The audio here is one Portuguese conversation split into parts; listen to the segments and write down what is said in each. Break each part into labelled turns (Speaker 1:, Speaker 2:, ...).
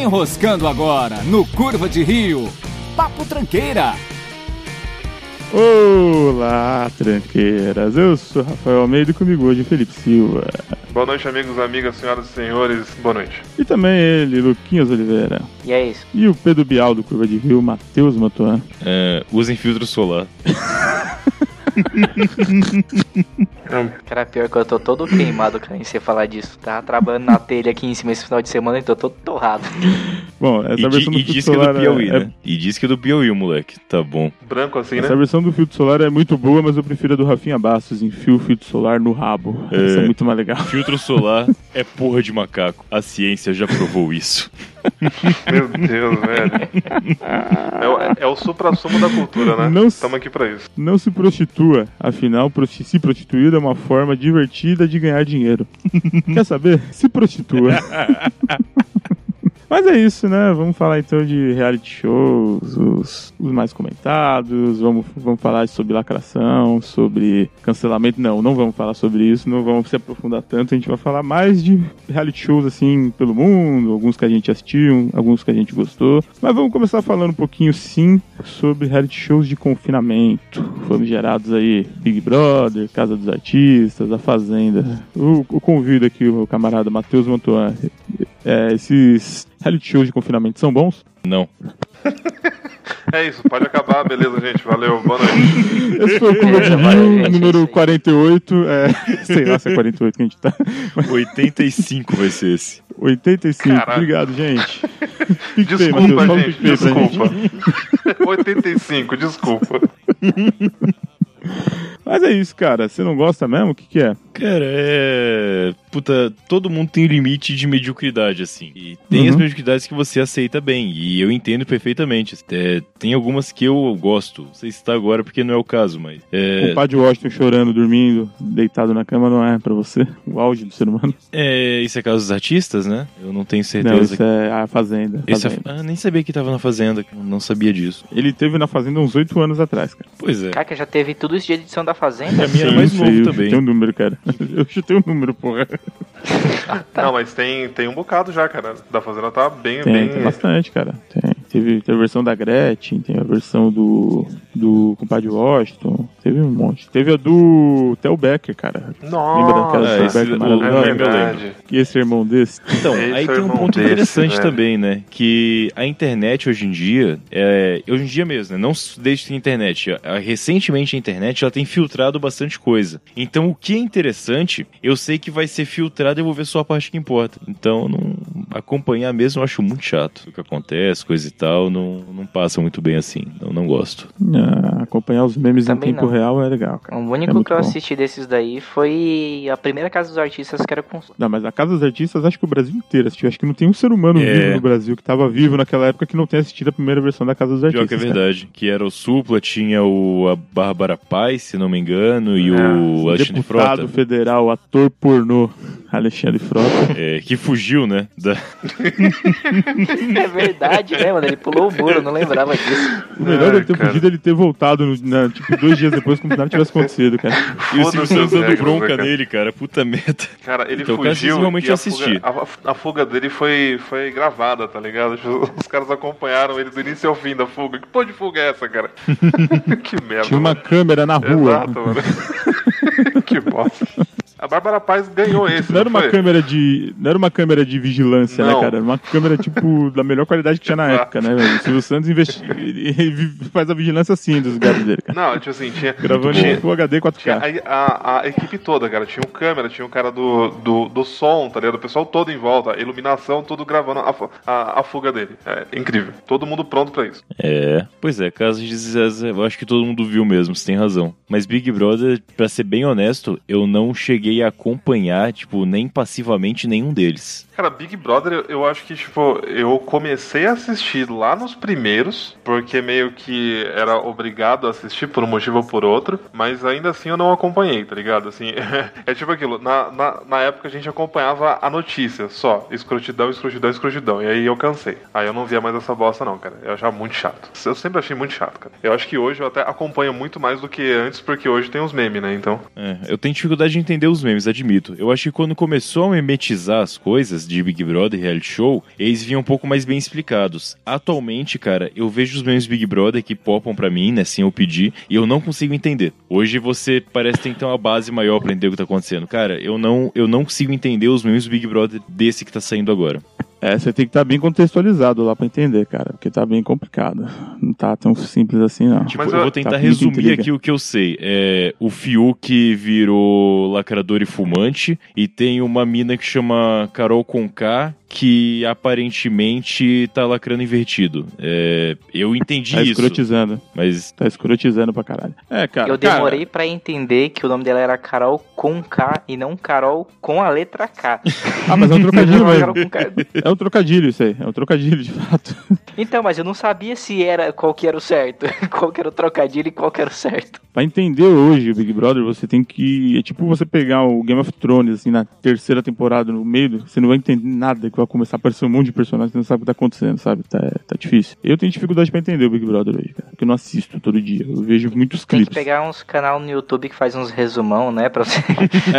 Speaker 1: Enroscando agora no Curva de Rio. Papo Tranqueira.
Speaker 2: Olá, tranqueiras! Eu sou Rafael Almeida e comigo hoje é Felipe Silva.
Speaker 3: Boa noite, amigos, amigas, senhoras e senhores. Boa noite.
Speaker 2: E também ele, Luquinhas Oliveira.
Speaker 4: E é isso.
Speaker 2: E o Pedro Bial do Curva de Rio, Matheus Matuan.
Speaker 5: É, usem filtro solar.
Speaker 4: Cara, pior que eu tô todo queimado, cara, em você falar disso. Tava trabalhando na telha aqui em cima esse final de semana e tô todo torrado.
Speaker 2: É. Bom, essa
Speaker 5: E,
Speaker 2: versão
Speaker 5: di,
Speaker 2: do
Speaker 5: e
Speaker 2: filtro
Speaker 5: diz que é
Speaker 2: solar
Speaker 5: do Piauí,
Speaker 2: é-
Speaker 5: né? E diz que é do Piauí, moleque. Tá bom.
Speaker 3: Branco assim, né?
Speaker 2: Essa versão do filtro solar é muito boa, mas eu prefiro a do Rafinha Bastos, enfio o filtro solar no rabo.
Speaker 5: É.
Speaker 2: Essa é muito mais legal.
Speaker 5: Filtro solar é porra de macaco. A ciência já provou isso.
Speaker 3: Meu Deus, velho. É, o- é o supra-sumo da cultura, né?
Speaker 2: Não s-
Speaker 3: Estamos aqui pra isso.
Speaker 2: Não se prostitua, afinal, prosti- se prostituir é uma forma divertida de ganhar dinheiro. Quer saber? Se prostitua. Mas é isso, né? Vamos falar então de reality shows, os, os mais comentados, vamos, vamos falar sobre lacração, sobre cancelamento. Não, não vamos falar sobre isso, não vamos se aprofundar tanto, a gente vai falar mais de reality shows assim pelo mundo, alguns que a gente assistiu, alguns que a gente gostou. Mas vamos começar falando um pouquinho sim sobre reality shows de confinamento. Foram gerados aí Big Brother, Casa dos Artistas, A Fazenda. Eu, eu convido aqui o meu camarada Matheus Mantuan. É, esses reality shows de confinamento são bons?
Speaker 5: Não.
Speaker 3: É isso, pode acabar, beleza, gente. Valeu, boa noite.
Speaker 2: Esse foi o Curva de
Speaker 4: Vai,
Speaker 2: Rio,
Speaker 4: gente,
Speaker 2: número
Speaker 4: isso aí.
Speaker 2: 48. É, sei lá se é 48 que a gente tá.
Speaker 5: 85 vai ser esse.
Speaker 2: 85.
Speaker 3: Caralho.
Speaker 2: Obrigado, gente. PicPay, Matheus,
Speaker 3: Desculpa,
Speaker 2: fala o
Speaker 3: gente.
Speaker 2: PicPay pra
Speaker 3: Desculpa. 85, desculpa.
Speaker 2: Mas é isso, cara. Você não gosta mesmo? O que, que é?
Speaker 5: Cara, é. Puta, todo mundo tem limite de mediocridade, assim. E tem as
Speaker 2: Uhum.
Speaker 5: mediocridades que você aceita bem. E eu entendo perfeitamente. É, tem algumas que eu gosto. Não sei se tá agora porque não é o caso, mas. É,
Speaker 2: O padre Washington chorando, dormindo, deitado na cama, não é pra você? O auge do ser humano?
Speaker 5: é, isso é caso dos artistas, né? Eu não tenho
Speaker 2: Não,
Speaker 5: certeza.
Speaker 2: isso é a Fazenda.
Speaker 5: Esse é-
Speaker 2: Fazenda.
Speaker 5: Ah, nem sabia que tava na Fazenda. Não sabia disso.
Speaker 2: Ele teve na Fazenda uns 8 anos atrás, cara.
Speaker 5: Pois é.
Speaker 4: Cara, que já teve tudo isso de edição da Fazenda.
Speaker 5: Pra mim era
Speaker 2: Eu
Speaker 5: é mais
Speaker 2: não
Speaker 5: novo
Speaker 2: sei, Eu
Speaker 5: também.
Speaker 2: chutei um número, cara. Eu chutei um número, porra.
Speaker 3: Não, mas tem, tem um bocado já, cara. Da Fazenda tá bem,
Speaker 2: Tem,
Speaker 3: bem.
Speaker 2: tem bastante, cara. Tem. Teve, teve a versão da Gretchen, tem a versão do, do compadre Washington, teve um monte. Teve a do Theo Becker, cara. Lembra daquela
Speaker 5: Ah,
Speaker 2: Theo
Speaker 3: Nossa,
Speaker 5: esse-
Speaker 2: Becker
Speaker 5: o-
Speaker 3: é
Speaker 2: maravilhosa?
Speaker 3: verdade.
Speaker 2: um Que esse irmão desse.
Speaker 5: Então,
Speaker 3: Esse é
Speaker 5: aí
Speaker 3: o
Speaker 5: tem um
Speaker 3: irmão
Speaker 5: ponto
Speaker 3: desse,
Speaker 5: interessante
Speaker 3: velho.
Speaker 5: também, né? Que a internet hoje em dia, é, hoje em dia mesmo, né? Não s- desde que tem internet. a- a- Recentemente a internet ela tem filtrado bastante coisa. Então o que é interessante, eu sei que vai ser filtrado e eu vou ver só a parte que importa. Então não acompanhar mesmo eu acho muito chato. O que acontece, coisa e tal, não, não passa muito bem assim. Eu não gosto.
Speaker 2: Ah, acompanhar os memes
Speaker 4: Também
Speaker 2: em tempo
Speaker 4: não.
Speaker 2: real é legal,
Speaker 4: O
Speaker 2: cara. É
Speaker 4: único
Speaker 2: muito
Speaker 4: que eu
Speaker 2: bom.
Speaker 4: assisti desses daí foi a primeira casa dos artistas que era com.
Speaker 2: Não, mas a Casa dos Artistas, acho que o Brasil inteiro assistiu. Acho que não tem um ser humano
Speaker 5: É.
Speaker 2: vivo no Brasil que tava vivo naquela época que não tenha assistido a primeira versão da Casa dos
Speaker 5: Pior
Speaker 2: Artistas.
Speaker 5: que é
Speaker 2: cara.
Speaker 5: verdade. Que era o Supla, tinha o, a Bárbara Paz, se não me engano, e o Alexandre
Speaker 2: Deputado
Speaker 5: Frota. né?
Speaker 2: federal, ator pornô, Alexandre Frota.
Speaker 5: é, que fugiu, né? Da,
Speaker 4: É verdade, né, mano? Ele pulou o muro, eu não lembrava disso.
Speaker 2: O melhor
Speaker 3: Ah,
Speaker 2: deve ter
Speaker 3: cara.
Speaker 2: fugido é ele ter voltado, no- na- tipo, dois dias depois, como se nada tivesse acontecido, cara.
Speaker 5: E o
Speaker 3: Foda-se
Speaker 5: Silvio Santos
Speaker 3: as
Speaker 5: dando
Speaker 3: regras,
Speaker 5: bronca
Speaker 3: né, cara?
Speaker 5: nele, cara. Puta merda.
Speaker 3: Cara, ele
Speaker 5: Então, eu quero
Speaker 3: fugiu.
Speaker 5: realmente
Speaker 3: e a,
Speaker 5: assistir.
Speaker 3: fuga, a, a fuga dele foi, foi gravada, tá ligado? Os caras acompanharam ele do início ao fim da fuga. Que porra de fuga é essa, cara? que merda.
Speaker 2: Tinha uma
Speaker 3: mano.
Speaker 2: câmera na rua.
Speaker 3: Exato, mano. que bosta. A Bárbara Paz ganhou esse.
Speaker 2: Não era uma
Speaker 3: foi?
Speaker 2: câmera de. Não era uma câmera de vigilância, né,
Speaker 3: Não.
Speaker 2: cara? Era uma câmera, tipo, da melhor qualidade que tinha na
Speaker 3: Exato.
Speaker 2: época, né, velho? O Silvio Santos investi... ele- ele faz a vigilância assim dos gatos dele, cara.
Speaker 3: Não, tipo assim, tinha.
Speaker 2: Gravando
Speaker 3: tinha-
Speaker 2: em Full HD 4K.
Speaker 3: Tinha a, a- a equipe toda, cara. Tinha um câmera, tinha um cara do, do, do som, tá ligado? O pessoal todo em volta, a iluminação, tudo gravando a, fu- a, a fuga dele. É incrível. Todo mundo pronto pra isso.
Speaker 5: É. Pois é, caso de Zezé, eu acho que todo mundo viu mesmo, você tem razão. Mas Big Brother, pra ser bem honesto, eu não cheguei a acompanhar, tipo, nem passivamente nenhum deles.
Speaker 3: Cara, Big Brother, eu, eu acho que, tipo, eu comecei a assistir lá nos primeiros, porque meio que era obrigado a assistir por um motivo ou por outro, mas ainda assim eu não acompanhei, tá ligado? Assim, é tipo aquilo, na, na, na época a gente acompanhava a notícia só, escrotidão, escrotidão, escrotidão, e aí eu cansei. Aí eu não via mais essa bosta não, cara, eu achava muito chato. Eu sempre achei muito chato, cara. Eu acho que hoje eu até acompanho muito mais do que antes, porque hoje tem os memes, né, então...
Speaker 5: É, eu tenho dificuldade de entender os alguns memes, admito. Eu acho que quando começou a memetizar as coisas de Big Brother e reality show, eles vinham um pouco mais bem explicados. Atualmente, cara, eu vejo os memes Big Brother que popam pra mim, né, sem eu pedir, e eu não consigo entender. Hoje você parece ter então uma base maior pra entender o que tá acontecendo. Cara, eu não, eu não consigo entender os memes Big Brother desse que tá saindo agora.
Speaker 2: É, você tem que estar bem contextualizado lá pra entender, cara, porque tá bem complicado. Não tá tão simples assim, não.
Speaker 5: Tipo,
Speaker 3: Mas
Speaker 5: eu
Speaker 3: eu-
Speaker 5: vou tentar
Speaker 2: Tá muito
Speaker 5: resumir
Speaker 2: intriga.
Speaker 5: aqui o que eu sei. É, o Fiuk virou lacrador e fumante, e tem uma mina que chama Carol Conká, que aparentemente tá lacrando invertido. É, eu entendi
Speaker 2: Tá
Speaker 5: isso,
Speaker 2: escrotizando.
Speaker 5: mas
Speaker 2: Tá escrotizando pra caralho. É, cara.
Speaker 4: Eu
Speaker 2: cara,
Speaker 4: demorei pra entender que o nome dela era Carol com K e não Carol com a letra K.
Speaker 2: Ah, mas é um trocadilho
Speaker 4: Carol
Speaker 2: mesmo.
Speaker 4: com K.
Speaker 2: É um trocadilho isso aí. É um trocadilho, de fato.
Speaker 4: Então, mas eu não sabia se era qual que era o certo, qual que era o trocadilho e qual que era o certo.
Speaker 2: Pra entender hoje o Big Brother, você tem que. É tipo você pegar o Game of Thrones, assim, na terceira temporada, no meio, você não vai entender nada, que vai começar a aparecer um monte de personagens, você não sabe o que tá acontecendo, sabe? Tá, tá difícil. Eu tenho dificuldade pra entender o Big Brother hoje, cara, porque eu não assisto todo dia. Eu vejo muitos
Speaker 4: Tem que
Speaker 2: clipes.
Speaker 4: pegar uns canal no YouTube que faz uns resumão, né, pra você, você poder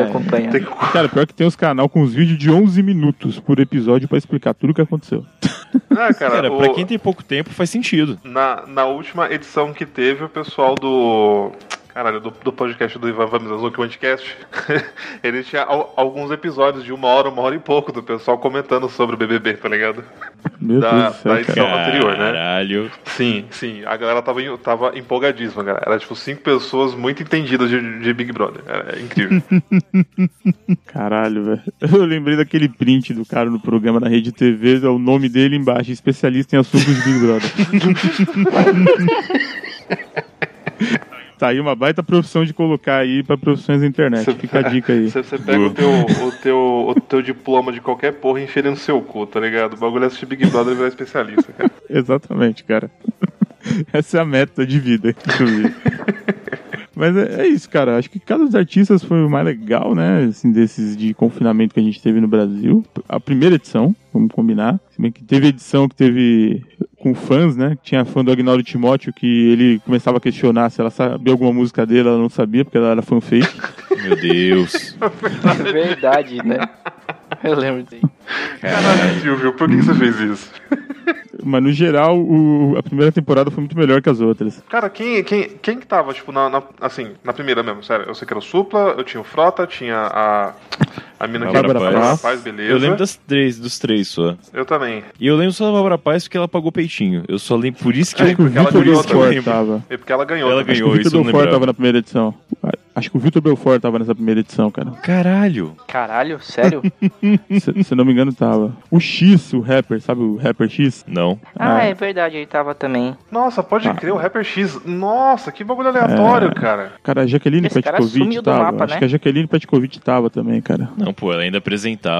Speaker 5: É.
Speaker 4: acompanhar.
Speaker 3: Tem que
Speaker 2: Cara, pior que tem uns canal com uns vídeos de 11 minutos por episódio pra explicar tudo o que aconteceu.
Speaker 3: Ah, cara,
Speaker 5: cara,
Speaker 3: o-
Speaker 5: pra quem tem pouco tempo faz sentido.
Speaker 3: na, na última edição que teve, o pessoal do. Caralho, do, do podcast do Ivan Vamizazon, que é o Anticast, ele tinha al- alguns episódios de uma hora, uma hora e pouco do pessoal comentando sobre o BBB, tá ligado?
Speaker 2: Meu
Speaker 3: Da-
Speaker 2: Deus do
Speaker 3: da
Speaker 2: céu, cara.
Speaker 3: edição anterior, né?
Speaker 5: Caralho.
Speaker 3: Sim, sim. A galera tava, em- tava empolgadíssima, cara. Era tipo cinco pessoas muito entendidas de, de Big Brother. Era é incrível.
Speaker 2: Caralho, velho. Eu lembrei daquele print do cara no programa na rede TV, é o nome dele embaixo, especialista em assuntos de Big Brother. tá aí uma baita profissão de colocar aí pra profissões da internet. Fica a dica aí.
Speaker 3: Você você pega o teu, o, teu, o teu diploma de qualquer porra e enfia ele no seu cu, tá ligado? O bagulho é assistir Big Brother e virar especialista, cara.
Speaker 2: Exatamente, cara. Essa é a meta de vida, inclusive. Mas é, é isso, cara. Acho que Casa dos Artistas foi o mais legal, né? Assim, desses de confinamento que a gente teve no Brasil. A primeira edição, vamos combinar. Se bem que teve edição que teve com fãs, né? Tinha fã do Agnaldo Timóteo que ele começava a questionar se ela sabia alguma música dele, ela não sabia, porque ela era fan fake.
Speaker 5: Meu Deus.
Speaker 3: Ah,
Speaker 4: É verdade, né? Eu lembro disso.
Speaker 3: Caralho, Silvio, por que que você fez isso?
Speaker 2: Mas no geral, o- a primeira temporada foi muito melhor que as outras.
Speaker 3: Cara, quem, quem, quem que tava, tipo, na, na- assim, na primeira mesmo, sério? Eu sei que era o Supla, eu tinha o Frota, tinha a. A mina que
Speaker 2: Bárbara
Speaker 3: Bárbara
Speaker 2: Paz.
Speaker 3: Paz, beleza.
Speaker 5: Eu lembro das três, dos três só.
Speaker 3: Eu também.
Speaker 5: E eu lembro só da Bárbara Paz porque ela pagou peitinho. Eu só lembro por isso que
Speaker 2: Acho que
Speaker 5: eu,
Speaker 2: o
Speaker 3: porque ela
Speaker 2: Vitor
Speaker 3: ganhou outra, eu
Speaker 2: Belfort
Speaker 5: lembro.
Speaker 2: tava.
Speaker 3: É porque ela ganhou.
Speaker 5: Ela
Speaker 3: também.
Speaker 5: ganhou,
Speaker 2: Acho que o
Speaker 5: isso eu
Speaker 2: Vitor
Speaker 5: não
Speaker 2: Belfort
Speaker 5: lembrava.
Speaker 2: tava na primeira edição. Acho que o Vitor Belfort tava nessa primeira edição, cara.
Speaker 5: Caralho.
Speaker 4: Caralho, sério?
Speaker 2: se, se eu não me engano, tava. O X, o rapper, sabe o rapper X?
Speaker 5: Não.
Speaker 4: Ah,
Speaker 2: Ah.
Speaker 4: é verdade, ele tava também.
Speaker 3: Nossa, pode
Speaker 5: Ah.
Speaker 3: crer, o Rapper X. Nossa, que bagulho aleatório,
Speaker 5: É.
Speaker 3: cara.
Speaker 2: Cara, a Jaqueline
Speaker 4: Esse cara
Speaker 2: Petkovic
Speaker 4: sumiu do
Speaker 2: tava.
Speaker 4: mapa,
Speaker 2: Acho
Speaker 4: né?
Speaker 2: que a Jaqueline Petkovic tava também, cara.
Speaker 5: Não, pô, ela ainda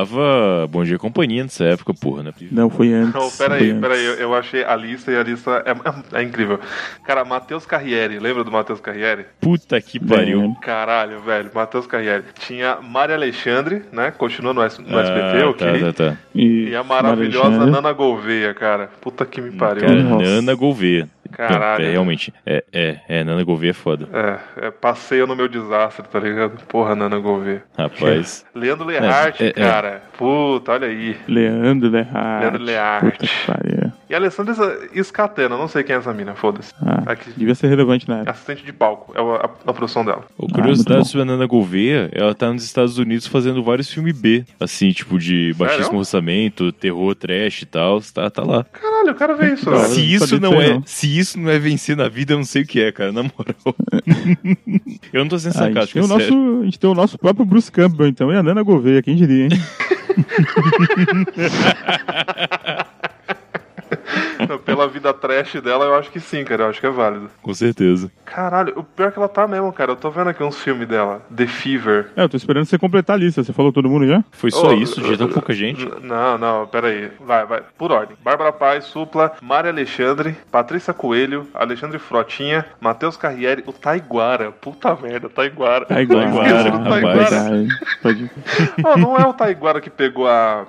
Speaker 5: apresentava Bom Dia e Companhia nessa época, porra, né?
Speaker 2: Não, foi antes.
Speaker 3: Não,
Speaker 2: foi
Speaker 3: peraí,
Speaker 2: antes.
Speaker 3: peraí, eu, eu achei a lista e a lista é, é incrível. Cara, Matheus Carriere, lembra do Matheus Carriere?
Speaker 5: Puta que pariu.
Speaker 2: Lembro.
Speaker 3: Caralho, velho, Matheus Carriere. Tinha Maria Alexandre, né? Continua no, S, no SBT,
Speaker 5: Ah,
Speaker 3: ok?
Speaker 5: Tá, tá, tá.
Speaker 2: E,
Speaker 3: E a maravilhosa
Speaker 2: Maria
Speaker 3: Nana Gouveia, cara. Puta que me pariu.
Speaker 5: Cara,
Speaker 2: Nossa.
Speaker 5: Nana Gouveia.
Speaker 3: Caralho.
Speaker 5: É, realmente. É, é, é, Nana Gouveia é foda.
Speaker 3: É, é, passeio no meu desastre, tá ligado? Porra, Nana Gouveia.
Speaker 5: Rapaz.
Speaker 3: Leandro Learte,
Speaker 5: É, é, é.
Speaker 3: cara. Puta, olha aí.
Speaker 2: Leandro Learte.
Speaker 3: Leandro Learte.
Speaker 2: Puta que pariu.
Speaker 3: E a Alessandra Escatena, não sei quem é essa mina, foda-se. Tá
Speaker 2: Ah,
Speaker 3: Aqui,
Speaker 2: devia ser relevante na época.
Speaker 3: assistente de palco, é a, a- a profissão dela.
Speaker 5: Ô,
Speaker 2: Ah, muito bom.
Speaker 5: curiosidade sobre a Nana Gouveia, ela tá nos Estados Unidos fazendo vários filmes B, assim, tipo de baixíssimo orçamento, terror, trash e tal, tá, tá lá.
Speaker 3: Caralho, eu quero ver isso.
Speaker 2: Cara,
Speaker 3: velho.
Speaker 5: se
Speaker 2: não
Speaker 5: isso
Speaker 2: sabia
Speaker 5: não
Speaker 2: disso aí,
Speaker 5: é,
Speaker 2: não.
Speaker 5: se isso não é vencer na vida, eu não sei o que é, cara, na moral. eu não tô sendo
Speaker 2: Ah, a, gente
Speaker 5: sarcástico,
Speaker 2: tem o
Speaker 5: é sério.
Speaker 2: nosso, a gente tem o nosso próprio Bruce Campbell, então, e a Nana Gouveia, quem diria, hein?
Speaker 3: Pela vida trash dela, eu acho que sim, cara, eu acho que é válido.
Speaker 5: Com certeza.
Speaker 3: Caralho, o pior é que ela tá mesmo, cara. Eu tô vendo aqui uns filmes dela. The Fever.
Speaker 2: É, eu tô esperando você completar a lista. Você falou todo mundo já?
Speaker 5: Foi só
Speaker 3: Ô,
Speaker 5: isso, já tão
Speaker 3: eh,
Speaker 5: pouca gente.
Speaker 3: N- Não, não, peraí. Vai, vai. Por ordem. Bárbara Paz, Supla, Mari Alexandre, Patrícia Coelho, Alexandre Frotinha, Matheus Carriere, o Taiguara. Puta merda, Taiguara.
Speaker 2: Tá igual,
Speaker 5: Taiguara,
Speaker 2: cara.
Speaker 5: rapaz.
Speaker 2: Verdade. Pode-
Speaker 3: Ó, não é o Taiguara que pegou a.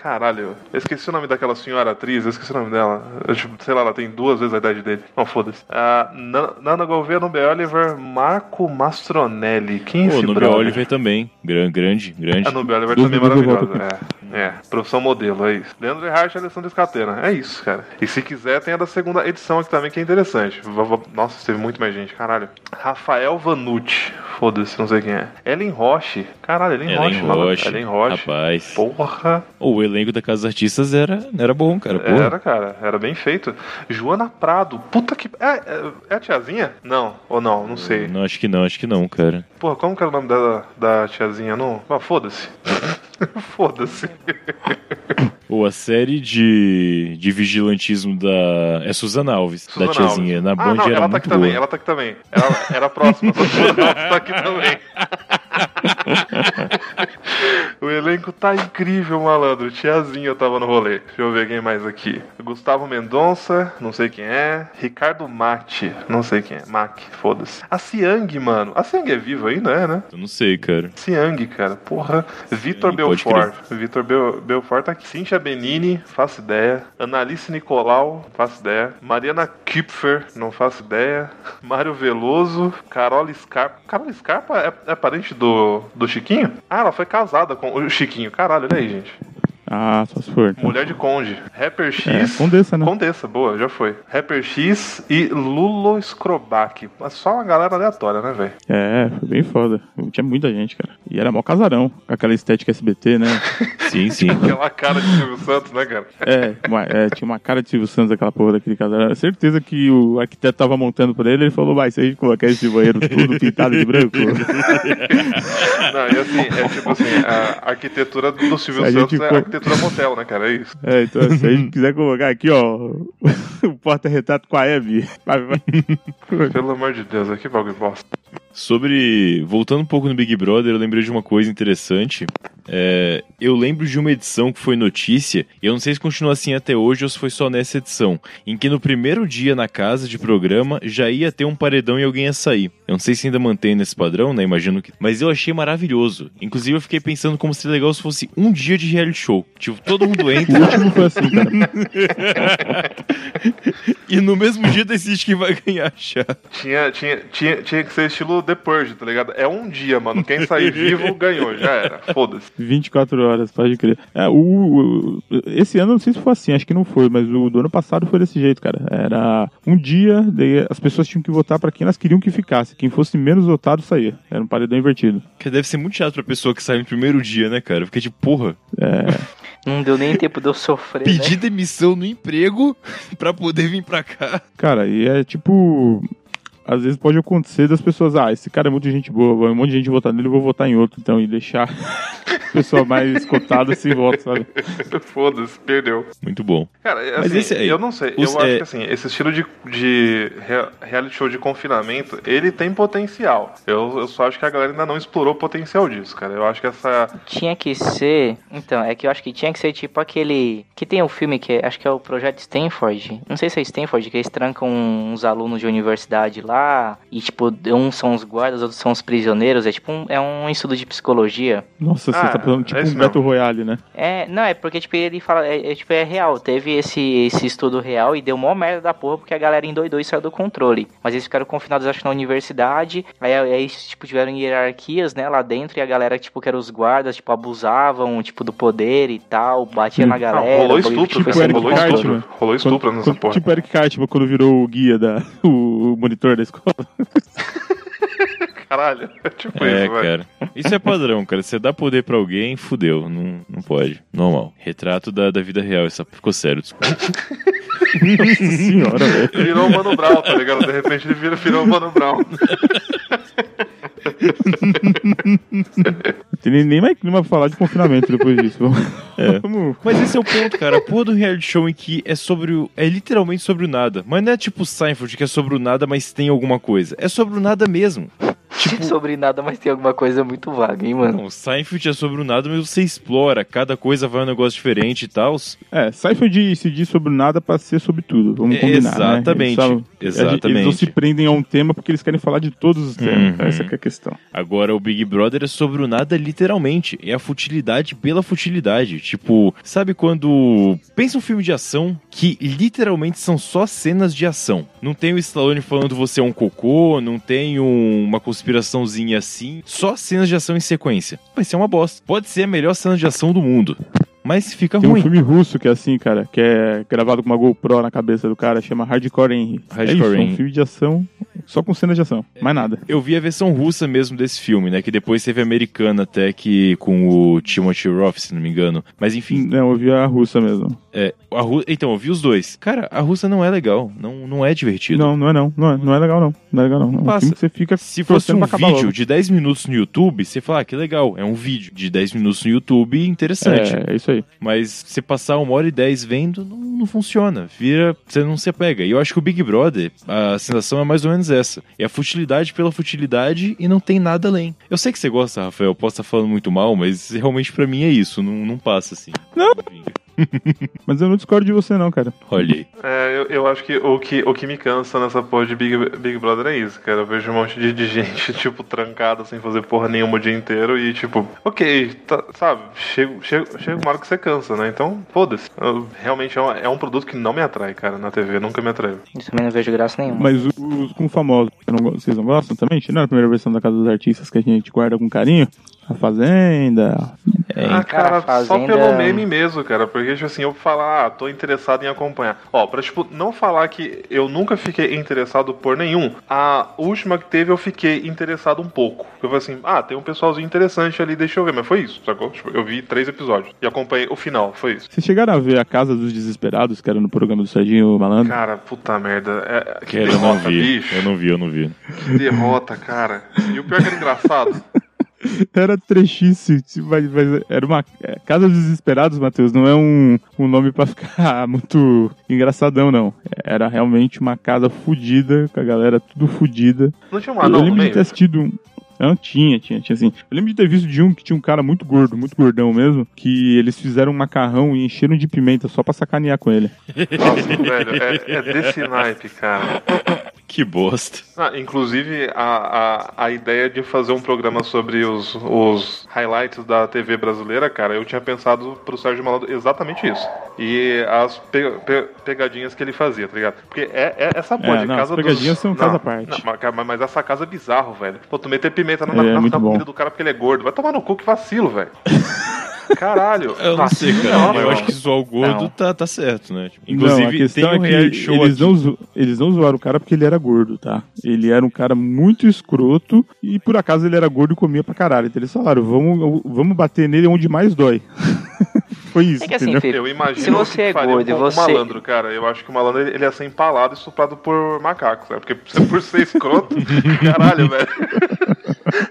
Speaker 3: Caralho, eu esqueci o nome daquela senhora atriz, eu esqueci o nome dela. Eu, tipo, sei lá, ela tem duas vezes a idade dele. Não, foda-se. Ah, Na- Nana Gouveia, Nubia Oliver, Marco Mastronelli. Quem é
Speaker 5: Pô,
Speaker 3: esse
Speaker 5: Nubia
Speaker 3: brother?
Speaker 5: Oliver também. Gran- grande, grande.
Speaker 3: A Nubia Oliver
Speaker 2: Do-
Speaker 3: também é
Speaker 2: do- do-
Speaker 3: maravilhosa. É, é, profissão modelo, é isso. Leandro Erhardt e Alessandro Scatena. É isso, cara. E se quiser, tem a da segunda edição aqui também, que é interessante. V- v- Nossa, teve muito mais gente, caralho. Rafael Vanucci. Foda-se, não sei quem é. Ellen Roche. Caralho, Ellen,
Speaker 5: Ellen
Speaker 3: Roche, mano.
Speaker 5: Roche.
Speaker 3: Ellen Roche.
Speaker 5: Rapaz.
Speaker 3: Porra.
Speaker 5: O elenco da Casa dos Artistas era, era bom, cara. Porra.
Speaker 3: Era, cara, era bem feito. Joana Prado, puta que. É, é- é a tiazinha? Não, ou não, não sei.
Speaker 5: Não, acho que não, acho que não, cara.
Speaker 3: Porra, como que era o nome da, da tiazinha? Não. Ah, foda-se. foda-se.
Speaker 5: Ou a série de, de vigilantismo da. É Suzana Alves, da
Speaker 3: Suzana
Speaker 5: tiazinha.
Speaker 3: Alves.
Speaker 5: Na
Speaker 3: ah,
Speaker 5: Band
Speaker 3: não,
Speaker 5: era
Speaker 3: ela tá
Speaker 5: muito
Speaker 3: aqui
Speaker 5: boa.
Speaker 3: também, ela tá aqui também. Ela era a próxima, só que ela tá aqui também. O elenco tá incrível, malandro. Tiazinha tava no rolê. Deixa eu ver quem mais aqui. Gustavo Mendonça, não sei quem é. Ricardo Mate, não sei quem é. Mac, foda-se. A Siang, mano. A Siang é viva ainda, é, né?
Speaker 5: Eu não sei, cara.
Speaker 3: Siang, cara, porra. Vitor
Speaker 5: pode
Speaker 3: Belfort. Vitor Bel Belfort tá aqui. Cintia Benini, faço ideia. Analice Nicolau, faço ideia. Mariana Kipfer, não faço ideia. Mário Veloso, Carol Scarpa. Carol Scarpa é, é parente do, do Chiquinho? Ah, ela foi casada com o Chiquinho. Caralho, olha aí, gente.
Speaker 2: Ah, só se for. então.
Speaker 3: Mulher de Conde. Rapper X.
Speaker 2: É, Condessa, né?
Speaker 3: Condessa, boa, já foi. Rapper X e Lulo Scrobac. Mas Só uma galera aleatória, né, velho?
Speaker 2: É, foi bem foda. Tinha muita gente, cara. E era mó casarão, com aquela estética SBT, né?
Speaker 5: Sim, sim.
Speaker 3: Aquela cara de Silvio Santos, né, cara?
Speaker 2: É, uma- é, tinha uma cara de Silvio Santos, aquela porra daquele casarão. Certeza que o arquiteto tava montando pra ele, ele falou, vai, se a gente colocar esse banheiro tudo pintado de branco,
Speaker 3: Não, e assim, é tipo assim, a arquitetura do Silvio
Speaker 2: A
Speaker 3: Santos
Speaker 2: gente
Speaker 3: é
Speaker 2: co-
Speaker 3: a arquitetura motel, né, cara? É isso.
Speaker 2: É, então se a gente quiser colocar aqui, ó, o porta-retrato com a Hebe. Vai, vai.
Speaker 3: Pelo amor de Deus, aqui bagulho bosta.
Speaker 5: Sobre. Voltando um pouco no Big Brother, eu lembrei de uma coisa interessante. É, eu lembro de uma edição que foi notícia, e eu não sei se continua assim até hoje ou se foi só nessa edição, em que no primeiro dia na casa de programa já ia ter um paredão e alguém ia sair. Eu não sei se ainda mantém nesse padrão, né? Imagino que. Mas eu achei maravilhoso. Inclusive, eu fiquei pensando como seria legal se fosse um dia de reality show. Tipo, todo mundo
Speaker 2: O
Speaker 5: entra
Speaker 2: último foi assim, cara.
Speaker 5: e no mesmo dia decide quem vai ganhar a chave.
Speaker 3: Tinha, tinha, tinha, tinha que ser estilo The Purge, tá ligado? É um dia, mano. Quem sair vivo ganhou, já era. Foda-se.
Speaker 2: 24 horas, pode crer. É, o, o- esse ano, eu não sei se foi assim, acho que não foi, mas o do ano passado foi desse jeito, cara. Era um dia, daí as pessoas tinham que votar pra quem elas queriam que ficasse. Quem fosse menos votado saía. Era um paredão invertido.
Speaker 5: Que deve ser muito chato pra pessoa que sai no primeiro dia, né, cara? Porque, tipo, porra.
Speaker 4: Não deu nem tempo de eu sofrer,
Speaker 5: pedir
Speaker 4: né?
Speaker 5: demissão no emprego pra poder vir pra cá.
Speaker 2: Cara, e é tipo. Às vezes pode acontecer das pessoas, ah, esse cara é muito gente boa, vai um monte de gente votar nele, eu vou votar em outro, então, e deixar a pessoa mais cotada sem voto, sabe?
Speaker 3: Foda-se, perdeu.
Speaker 5: Muito bom.
Speaker 3: Cara, assim,
Speaker 5: Mas esse aí,
Speaker 3: eu não sei.
Speaker 5: os-
Speaker 3: eu acho
Speaker 5: é-
Speaker 3: que assim, esse estilo de, de rea- reality show de confinamento, ele tem potencial. Eu, eu só acho que a galera ainda não explorou o potencial disso, cara. Eu acho que essa.
Speaker 4: Tinha que ser. Então, é que eu acho que tinha que ser tipo aquele. Que tem um filme que é- acho que é o Projeto Stanford. Não sei se é Stanford, que eles trancam uns alunos de universidade lá. E tipo, uns são os guardas, outros são os prisioneiros. É tipo um, é um estudo de psicologia.
Speaker 2: Nossa,
Speaker 3: Ah,
Speaker 2: você tá falando tipo
Speaker 3: é isso
Speaker 2: um Beto Royale, né?
Speaker 4: É, não, é porque, tipo, ele fala, é, é, tipo, é real, teve esse, esse estudo real e deu mó merda da porra, porque a galera endoidou e saiu do controle. Mas eles ficaram confinados, acho, na universidade, aí, aí tipo, tiveram hierarquias, né, lá dentro, e a galera, tipo, que eram os guardas, tipo, abusavam, tipo, do poder e tal, batia na
Speaker 3: Não,
Speaker 4: galera.
Speaker 3: ah, rolou
Speaker 4: o bagulho, assim,
Speaker 3: estupro,
Speaker 4: foi
Speaker 2: tipo
Speaker 3: cara.
Speaker 2: Eric
Speaker 4: sendo
Speaker 3: Rolou
Speaker 4: controle.
Speaker 3: estupro.
Speaker 2: Cartman.
Speaker 3: Rolou estupro nessa
Speaker 2: quando,
Speaker 3: porra.
Speaker 2: Tipo Eric Cartman quando virou o guia da. o, o monitor da escola.
Speaker 3: Caralho. É tipo
Speaker 5: É,
Speaker 3: isso, velho.
Speaker 5: cara. Isso é padrão, cara. Você dá poder pra alguém, fudeu. Não, não pode. Normal. Retrato da, da vida real. Isso ficou sério, desculpa.
Speaker 2: Nossa senhora, velho.
Speaker 3: Virou o Mano Brown, tá ligado? De repente ele vira, virou o Mano Brown.
Speaker 2: Não tem nem- nem mais clima pra falar de confinamento depois disso. Vamos.
Speaker 5: É.
Speaker 2: vamos-
Speaker 5: Mas esse é o ponto, cara. A porra do reality show em que é sobre o. É literalmente sobre o nada. Mas não é tipo o Seinfeld, que é sobre o nada, mas tem alguma coisa. É sobre o nada mesmo. Tipo,
Speaker 4: sobre nada, mas tem alguma coisa muito vaga, hein, mano?
Speaker 5: não, Seinfeld é sobre o nada, mas você explora, cada coisa vai um negócio diferente e tal.
Speaker 2: É, Seinfeld se diz sobre nada pra ser sobre tudo. Vamos
Speaker 5: É,
Speaker 2: combinar.
Speaker 5: exatamente,
Speaker 2: Né? Eles,
Speaker 5: exatamente.
Speaker 2: Eles não se prendem a um tema porque eles querem falar de todos os temas.
Speaker 5: Uhum.
Speaker 2: Essa que é a questão.
Speaker 5: Agora, o Big Brother é sobre o nada, literalmente. É a futilidade pela futilidade. Tipo, sabe quando. Pensa um filme de ação que literalmente são só cenas de ação. Não tem o Stallone falando você é um cocô, não tem um- uma conspiraçãozinha assim. Só cenas de ação em sequência. Vai ser uma bosta. Pode ser a melhor cena de ação do mundo. Mas fica
Speaker 2: Tem um
Speaker 5: ruim.
Speaker 2: filme russo que é assim, cara, que é gravado com uma GoPro na cabeça do cara, chama Hardcore Henry. é
Speaker 5: Hardcore
Speaker 2: isso, é um
Speaker 5: Henry.
Speaker 2: filme de ação, só com cenas de ação, mais nada.
Speaker 5: Eu vi a versão russa mesmo desse filme, né? Que depois teve a americana até que com o Timothy Roth, se não me engano. Mas enfim,
Speaker 2: Não, eu vi a russa mesmo.
Speaker 5: É, a Ru... Então, eu vi os dois. Cara, a russa não é legal. Não, não é divertido.
Speaker 2: Não, não é não, não é, não é legal não, não é legal não. É um
Speaker 5: Passa.
Speaker 2: filme que você fica
Speaker 5: Se fosse
Speaker 2: torcendo
Speaker 5: um
Speaker 2: pra acabar
Speaker 5: vídeo
Speaker 2: logo.
Speaker 5: de 10 minutos no YouTube, você fala, ah, que legal, é um vídeo de 10 minutos no YouTube, interessante.
Speaker 2: É, é isso aí.
Speaker 5: Mas você passar uma hora e 10 vendo, não, não funciona. Vira, você não se apega. E eu acho que o Big Brother, a sensação é mais ou menos essa. É a futilidade pela futilidade e não tem nada além. Eu sei que você gosta, Rafael, posso estar falando muito mal, mas realmente pra mim é isso. Não, não passa assim.
Speaker 2: Não.
Speaker 5: Enfim,
Speaker 2: Mas eu não discordo de você não, cara.
Speaker 5: Olha aí.
Speaker 3: É, eu, eu acho que o, que o que me cansa nessa porra de Big, Big Brother é isso, cara. Eu vejo um monte de, de gente, tipo, trancada sem fazer porra nenhuma o dia inteiro e, tipo, ok, tá- sabe, chega, chega, chega uma hora que você cansa, né? Então, foda-se. Eu- Realmente é um, é um produto que não me atrai, cara, na TV, nunca me atraiu.
Speaker 4: Isso também não vejo graça nenhuma.
Speaker 2: Mas os- os com famosos, eu não go- vocês não gostam também? Não é a primeira versão da Casa dos Artistas que a gente guarda com carinho? A Fazenda,
Speaker 3: ah,
Speaker 4: cara,
Speaker 3: cara,
Speaker 4: a
Speaker 3: só
Speaker 4: Fazenda-
Speaker 5: é
Speaker 3: pelo meme mesmo, cara. Porque, tipo assim, eu falar, ah, tô interessado em acompanhar. Ó, pra, tipo, não falar que eu nunca fiquei interessado por nenhum, a última que teve eu fiquei interessado um pouco. Eu falei assim, ah, tem um pessoalzinho interessante ali, deixa eu ver. Mas foi isso, sacou? Tipo, eu vi três episódios e acompanhei o final, foi isso.
Speaker 2: Vocês chegaram a ver a Casa dos Desesperados, que era no programa do Serginho Malandro?
Speaker 3: Cara, puta merda. é- que
Speaker 5: Cara, eu não
Speaker 3: derrota,
Speaker 5: vi.
Speaker 3: bicho.
Speaker 5: Eu não vi, eu não vi.
Speaker 3: Que derrota, cara. E o pior é que era engraçado.
Speaker 2: Então Era trechice, tipo, mas, mas era uma é, Casa dos Desesperados, Matheus, não é um, um nome pra ficar muito engraçadão, não. Era realmente uma casa fudida, com a galera tudo fudida.
Speaker 3: Não
Speaker 5: Ah,
Speaker 3: tinha um
Speaker 2: eu
Speaker 3: anão no
Speaker 2: lembro de
Speaker 3: meio?
Speaker 2: ter assistido um. Não, tinha, tinha, tinha assim. Eu lembro de ter visto de um que tinha um cara muito gordo, muito gordão mesmo, que eles fizeram um macarrão e encheram de pimenta só pra sacanear com ele.
Speaker 3: Nossa,
Speaker 5: assim.
Speaker 3: velho, é, é desse naipe, cara.
Speaker 5: Que bosta.
Speaker 3: Ah, inclusive, a, a, a ideia de fazer um programa sobre os, os highlights da TV brasileira, cara, eu tinha pensado pro Sérgio Malandro exatamente isso. E as pe- pe- pegadinhas que ele fazia, tá ligado? Porque é, é essa porra
Speaker 2: É,
Speaker 3: de
Speaker 2: não,
Speaker 3: casa
Speaker 2: as pegadinhas
Speaker 3: dos...
Speaker 2: são
Speaker 3: não,
Speaker 2: casa à parte.
Speaker 3: não, mas, cara, mas- mas essa casa é bizarro, velho. Pô, tu meter pimenta na,
Speaker 2: É,
Speaker 3: na, na-
Speaker 2: é muito
Speaker 3: na
Speaker 2: bom.
Speaker 3: comida do cara porque ele é gordo. Vai tomar no cu que vacilo, velho. Caralho.
Speaker 5: Eu não sei,
Speaker 3: vacilo
Speaker 5: cara.
Speaker 3: não,
Speaker 5: eu
Speaker 3: meu
Speaker 5: acho que zoar o gordo
Speaker 4: Não.
Speaker 5: tá, tá certo, né? Tipo,
Speaker 2: não, a
Speaker 5: Inclusive, tem
Speaker 2: questão
Speaker 5: um
Speaker 2: é que
Speaker 5: reality show
Speaker 2: eles
Speaker 5: aqui.
Speaker 2: não zo- eles não zoaram o cara porque ele era gordo, tá? Ele era um cara muito escroto e por acaso ele era gordo e comia pra caralho. Então eles falaram, vamos, vamos bater nele onde mais dói. Foi isso,
Speaker 4: É que assim,
Speaker 2: entendeu?
Speaker 4: Felipe,
Speaker 3: Eu imagino
Speaker 4: se você
Speaker 3: que
Speaker 4: é
Speaker 3: faria
Speaker 4: gordo e
Speaker 3: com
Speaker 4: você-
Speaker 3: o malandro, cara. Eu acho que o malandro ele ia ser empalado e suprado por macacos, né? Porque se por ser escroto, caralho, velho.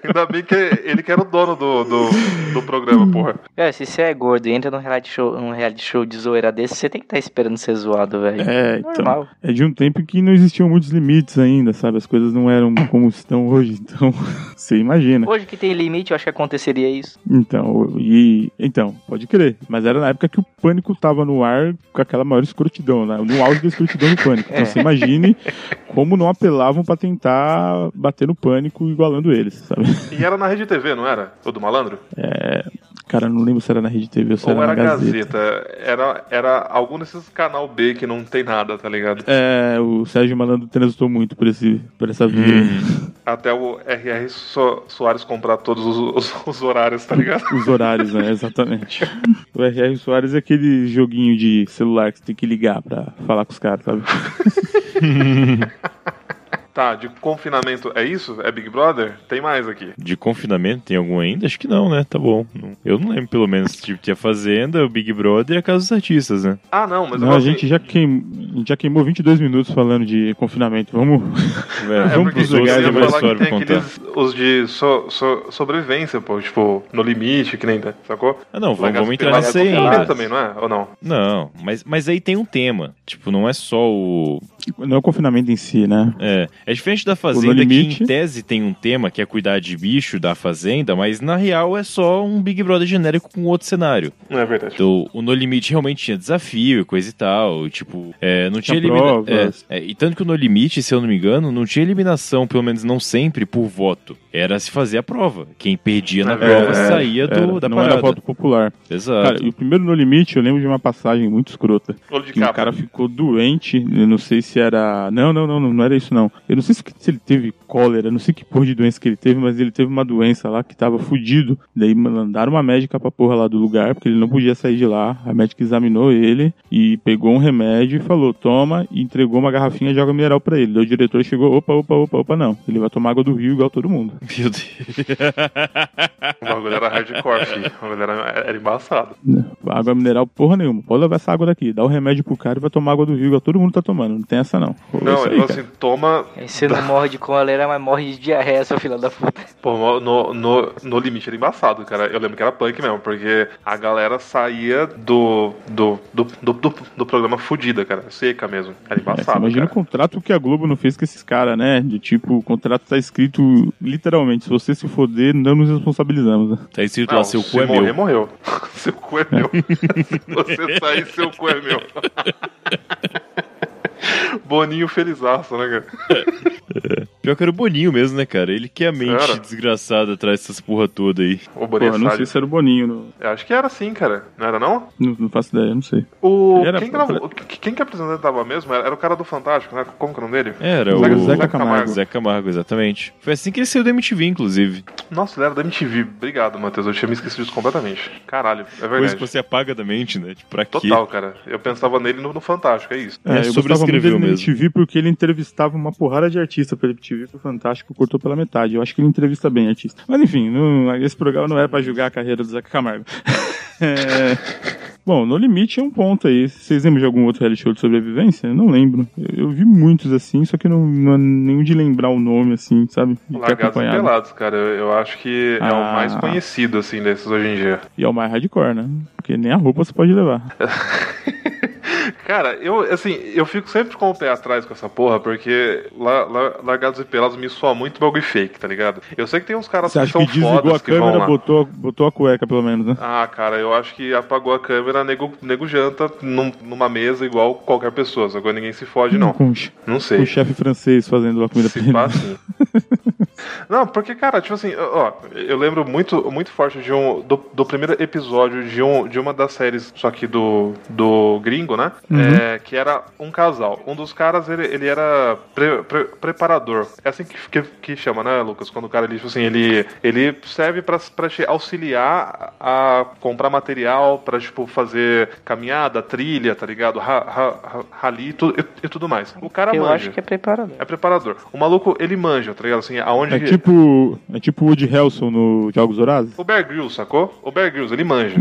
Speaker 3: Ainda bem que ele que era o dono do, do, do programa, porra.
Speaker 4: Cara, se você é gordo e entra num reality show, num reality show de zoeira desse, você tem que estar esperando ser zoado, velho.
Speaker 2: É, então,
Speaker 4: Normal.
Speaker 2: é de um tempo que não existiam muitos limites ainda, sabe? As coisas não eram como estão hoje, então você imagina.
Speaker 4: Hoje que tem limite, eu acho que aconteceria isso.
Speaker 2: Então, e então, pode crer, mas era na época que o pânico tava no ar com aquela maior escrotidão, né? No auge da escrotidão do pânico. Então,
Speaker 4: É.
Speaker 2: você imagine como não apelavam pra tentar bater no pânico igualando eles, sabe?
Speaker 3: E era na rede TV, não era? O do malandro?
Speaker 2: Cara, não lembro se era na Rede TV ou se
Speaker 3: Ou
Speaker 2: era
Speaker 3: era
Speaker 2: na Gazeta.
Speaker 3: Gazeta? Era, era algum desses canal B que não tem nada, tá ligado?
Speaker 2: É, o Sérgio Malandro transitou muito por, esse, por essa via.
Speaker 3: Até o RR So- Soares comprar todos os, os- os horários, tá ligado?
Speaker 2: Os horários, né? Exatamente. O RR Soares é aquele joguinho de celular que você tem que ligar pra falar com os caras, sabe?
Speaker 3: Tá, de confinamento é isso? É Big Brother? Tem mais aqui.
Speaker 5: De confinamento, tem algum ainda? Acho que não, né? Tá bom. Não- Eu não lembro, pelo menos, tipo, tinha Fazenda, o Big Brother e a Casa dos Artistas, né?
Speaker 3: Ah, não, mas eu
Speaker 2: Não, a
Speaker 3: gosto-
Speaker 2: gente já, queim... a gente já queimou 22 minutos falando de confinamento. Vamos.
Speaker 5: É,
Speaker 2: Vamos
Speaker 3: porque
Speaker 2: pros
Speaker 3: eu
Speaker 2: lugares
Speaker 3: ia
Speaker 2: de mais
Speaker 3: falar
Speaker 5: história
Speaker 3: que
Speaker 5: pra
Speaker 3: tem
Speaker 5: contar.
Speaker 3: aqueles os de so- so- sobrevivência, pô, tipo, no limite, que nem tá, sacou?
Speaker 5: Ah, não, vamos,
Speaker 3: Largar
Speaker 5: vamos
Speaker 3: as
Speaker 5: entrar
Speaker 3: peladas
Speaker 5: nessa
Speaker 3: é
Speaker 5: aí
Speaker 3: confinamento
Speaker 5: ainda.
Speaker 3: também, não é? Ou não?
Speaker 5: Não, mas, mas aí tem um tema. Tipo, não é só o,
Speaker 2: Não é o confinamento em si, né?
Speaker 5: É, é diferente da
Speaker 2: O No
Speaker 5: Fazenda, que
Speaker 2: Limite.
Speaker 5: em tese tem um tema que é cuidar de bicho da Fazenda, mas na real é só um Big Brother genérico com outro cenário.
Speaker 3: Não é verdade.
Speaker 5: Então, o No Limite realmente tinha desafio e coisa e tal. e, Tipo, é, não
Speaker 2: Tinha
Speaker 5: tinha elimina-
Speaker 2: provas.
Speaker 5: é, é, e tanto que o No Limite, se eu não me engano, não tinha eliminação, pelo menos não sempre, por voto. Era se fazer a prova. Quem perdia na
Speaker 3: É,
Speaker 5: prova
Speaker 3: é,
Speaker 5: saía do,
Speaker 2: Era,
Speaker 5: da
Speaker 2: não
Speaker 5: parada.
Speaker 2: era voto popular.
Speaker 5: Exato.
Speaker 2: Cara, e o primeiro No Limite, eu lembro de uma passagem muito escrota.
Speaker 3: Olho de
Speaker 2: que o
Speaker 3: capa.
Speaker 2: cara ficou doente, eu não sei se era. Não, não, não, não, não era isso não. Eu não sei se, se ele teve cólera, não sei que porra de doença que ele teve, mas ele teve uma doença lá que tava fudido. Daí mandaram uma médica pra porra lá do lugar, porque ele não podia sair de lá. A médica examinou ele e pegou um remédio e falou: toma, e entregou uma garrafinha de água mineral pra ele. Daí o diretor chegou: opa, opa, opa, opa, não. Ele vai tomar água do rio igual todo mundo.
Speaker 5: Meu Deus.
Speaker 3: O bagulho era hardcore, filho. O bagulho era, era embaçado.
Speaker 2: Água mineral, porra nenhuma. Pode levar essa água daqui, dá o remédio pro cara e vai tomar água do rio igual todo mundo tá tomando. Não tem essa não. Pô,
Speaker 3: Não,
Speaker 2: isso aí,
Speaker 3: ele falou
Speaker 2: cara.
Speaker 3: assim, toma.
Speaker 4: Aí Você
Speaker 2: Tá.
Speaker 4: não morre de cólera, mas morre de diarreia, seu filho da puta.
Speaker 3: Pô, no, no, no limite era embaçado, cara. Eu lembro que era punk mesmo, porque a galera saía do. do. do, do, do, do programa fudida, cara. Seca mesmo. Era
Speaker 2: É,
Speaker 3: embaçado.
Speaker 2: imagina o
Speaker 3: cara.
Speaker 2: contrato que a Globo não fez com esses caras, né? De tipo, o contrato tá escrito literalmente: se você se foder, não nos responsabilizamos. né?
Speaker 5: Tá escrito
Speaker 3: Não,
Speaker 5: lá, seu
Speaker 3: se
Speaker 5: cu é
Speaker 3: morrer,
Speaker 5: meu.
Speaker 3: morreu. seu cu é meu. se você sair, seu cu é meu. Boninho felizaço, né, cara?
Speaker 5: Pior que era o Boninho mesmo, né, cara? Ele que é a mente
Speaker 3: Cara.
Speaker 5: desgraçada atrás dessas porra toda aí.
Speaker 3: O
Speaker 2: Pô,
Speaker 3: Boninho
Speaker 2: eu
Speaker 3: é
Speaker 2: não sei
Speaker 3: sádico.
Speaker 2: se era o Boninho, não,
Speaker 3: Eu acho que era assim, cara. Não era, não?
Speaker 2: não, não faço ideia, não sei.
Speaker 3: O...
Speaker 2: Ele era-
Speaker 3: Quem, gravou... Quem que apresentava mesmo? Era era o cara do Fantástico, né? Como que é o nome dele?
Speaker 5: Era
Speaker 2: Zeca-
Speaker 5: o
Speaker 2: Zeca Camargo.
Speaker 5: Zé Camargo, exatamente. Foi assim que ele saiu da MTV, inclusive.
Speaker 3: Nossa, ele era da MTV. Obrigado, Matheus. Eu tinha me esquecido disso completamente. Caralho, é
Speaker 5: Coisa que
Speaker 3: verdade.
Speaker 5: você apaga da mente, né? Tipo, pra quê?
Speaker 3: Total, cara. Eu pensava nele no, no Fantástico, é isso.
Speaker 5: É,
Speaker 2: eu gostava muito
Speaker 5: sobrescreveu
Speaker 2: dele na
Speaker 5: mesmo.
Speaker 2: MTV porque ele entrevistava uma porrada de artista pela MTV, foi fantástico, cortou pela metade. Eu acho que ele entrevista bem artista. Mas enfim, não- esse programa não era pra julgar a carreira do Zeca Camargo. É, Bom, No Limite é um ponto aí. Vocês lembram de algum outro reality show de sobrevivência? Eu não lembro. Eu, eu vi muitos assim, só que não, não é nenhum de lembrar o nome, assim, sabe? De ter
Speaker 3: Largados e
Speaker 2: acompanhado.
Speaker 3: Pelados, cara. Eu, eu acho que é
Speaker 2: né? Ah.
Speaker 3: o mais conhecido, assim, desses hoje em dia.
Speaker 2: E é o mais hardcore, né? Porque nem a roupa você pode levar.
Speaker 3: Cara, eu, assim, eu fico sempre com o pé atrás com essa porra, porque la, la- Largados e Pelados me soa muito bagulho fake, tá ligado? Eu sei que tem uns caras
Speaker 2: Você
Speaker 3: que
Speaker 2: acha que
Speaker 3: são
Speaker 2: desligou a
Speaker 3: fodas que vão
Speaker 2: câmera,
Speaker 3: lá.
Speaker 2: botou, botou a cueca, pelo menos, né?
Speaker 3: Ah, cara, eu acho que apagou a câmera, nego, nego janta num- numa mesa igual qualquer pessoa, só que ninguém se fode, não.
Speaker 2: Hum, Com o che-
Speaker 3: Não
Speaker 2: com
Speaker 3: sei.
Speaker 2: o chefe francês fazendo lá comida pra
Speaker 3: Se
Speaker 2: ele.
Speaker 3: pá, sim. Não, porque, cara, tipo assim, ó, eu lembro muito, muito forte de um, do, do primeiro episódio de, um, de uma das séries, só que do, do gringo, né? É, que era um casal. Um dos caras, ele, ele era pre- pre- preparador. É assim que, que, que chama, né, Lucas? Quando o cara, ele, tipo assim, ele, ele serve pra, pra te auxiliar a comprar material, pra, tipo, fazer caminhada, trilha, tá ligado? Ra, ra- ra- rali e, tu- e- e tudo mais. O
Speaker 2: Tá
Speaker 3: cara
Speaker 4: Eu
Speaker 3: manja.
Speaker 4: acho que é preparador.
Speaker 3: É preparador. O maluco, ele manja, tá ligado? Assim, aonde
Speaker 2: É
Speaker 3: que-
Speaker 2: tipo, é tipo o Woody Harrelson no Jogos Horazes?
Speaker 3: O Bear Grylls, sacou? O Bear Grylls, ele manja.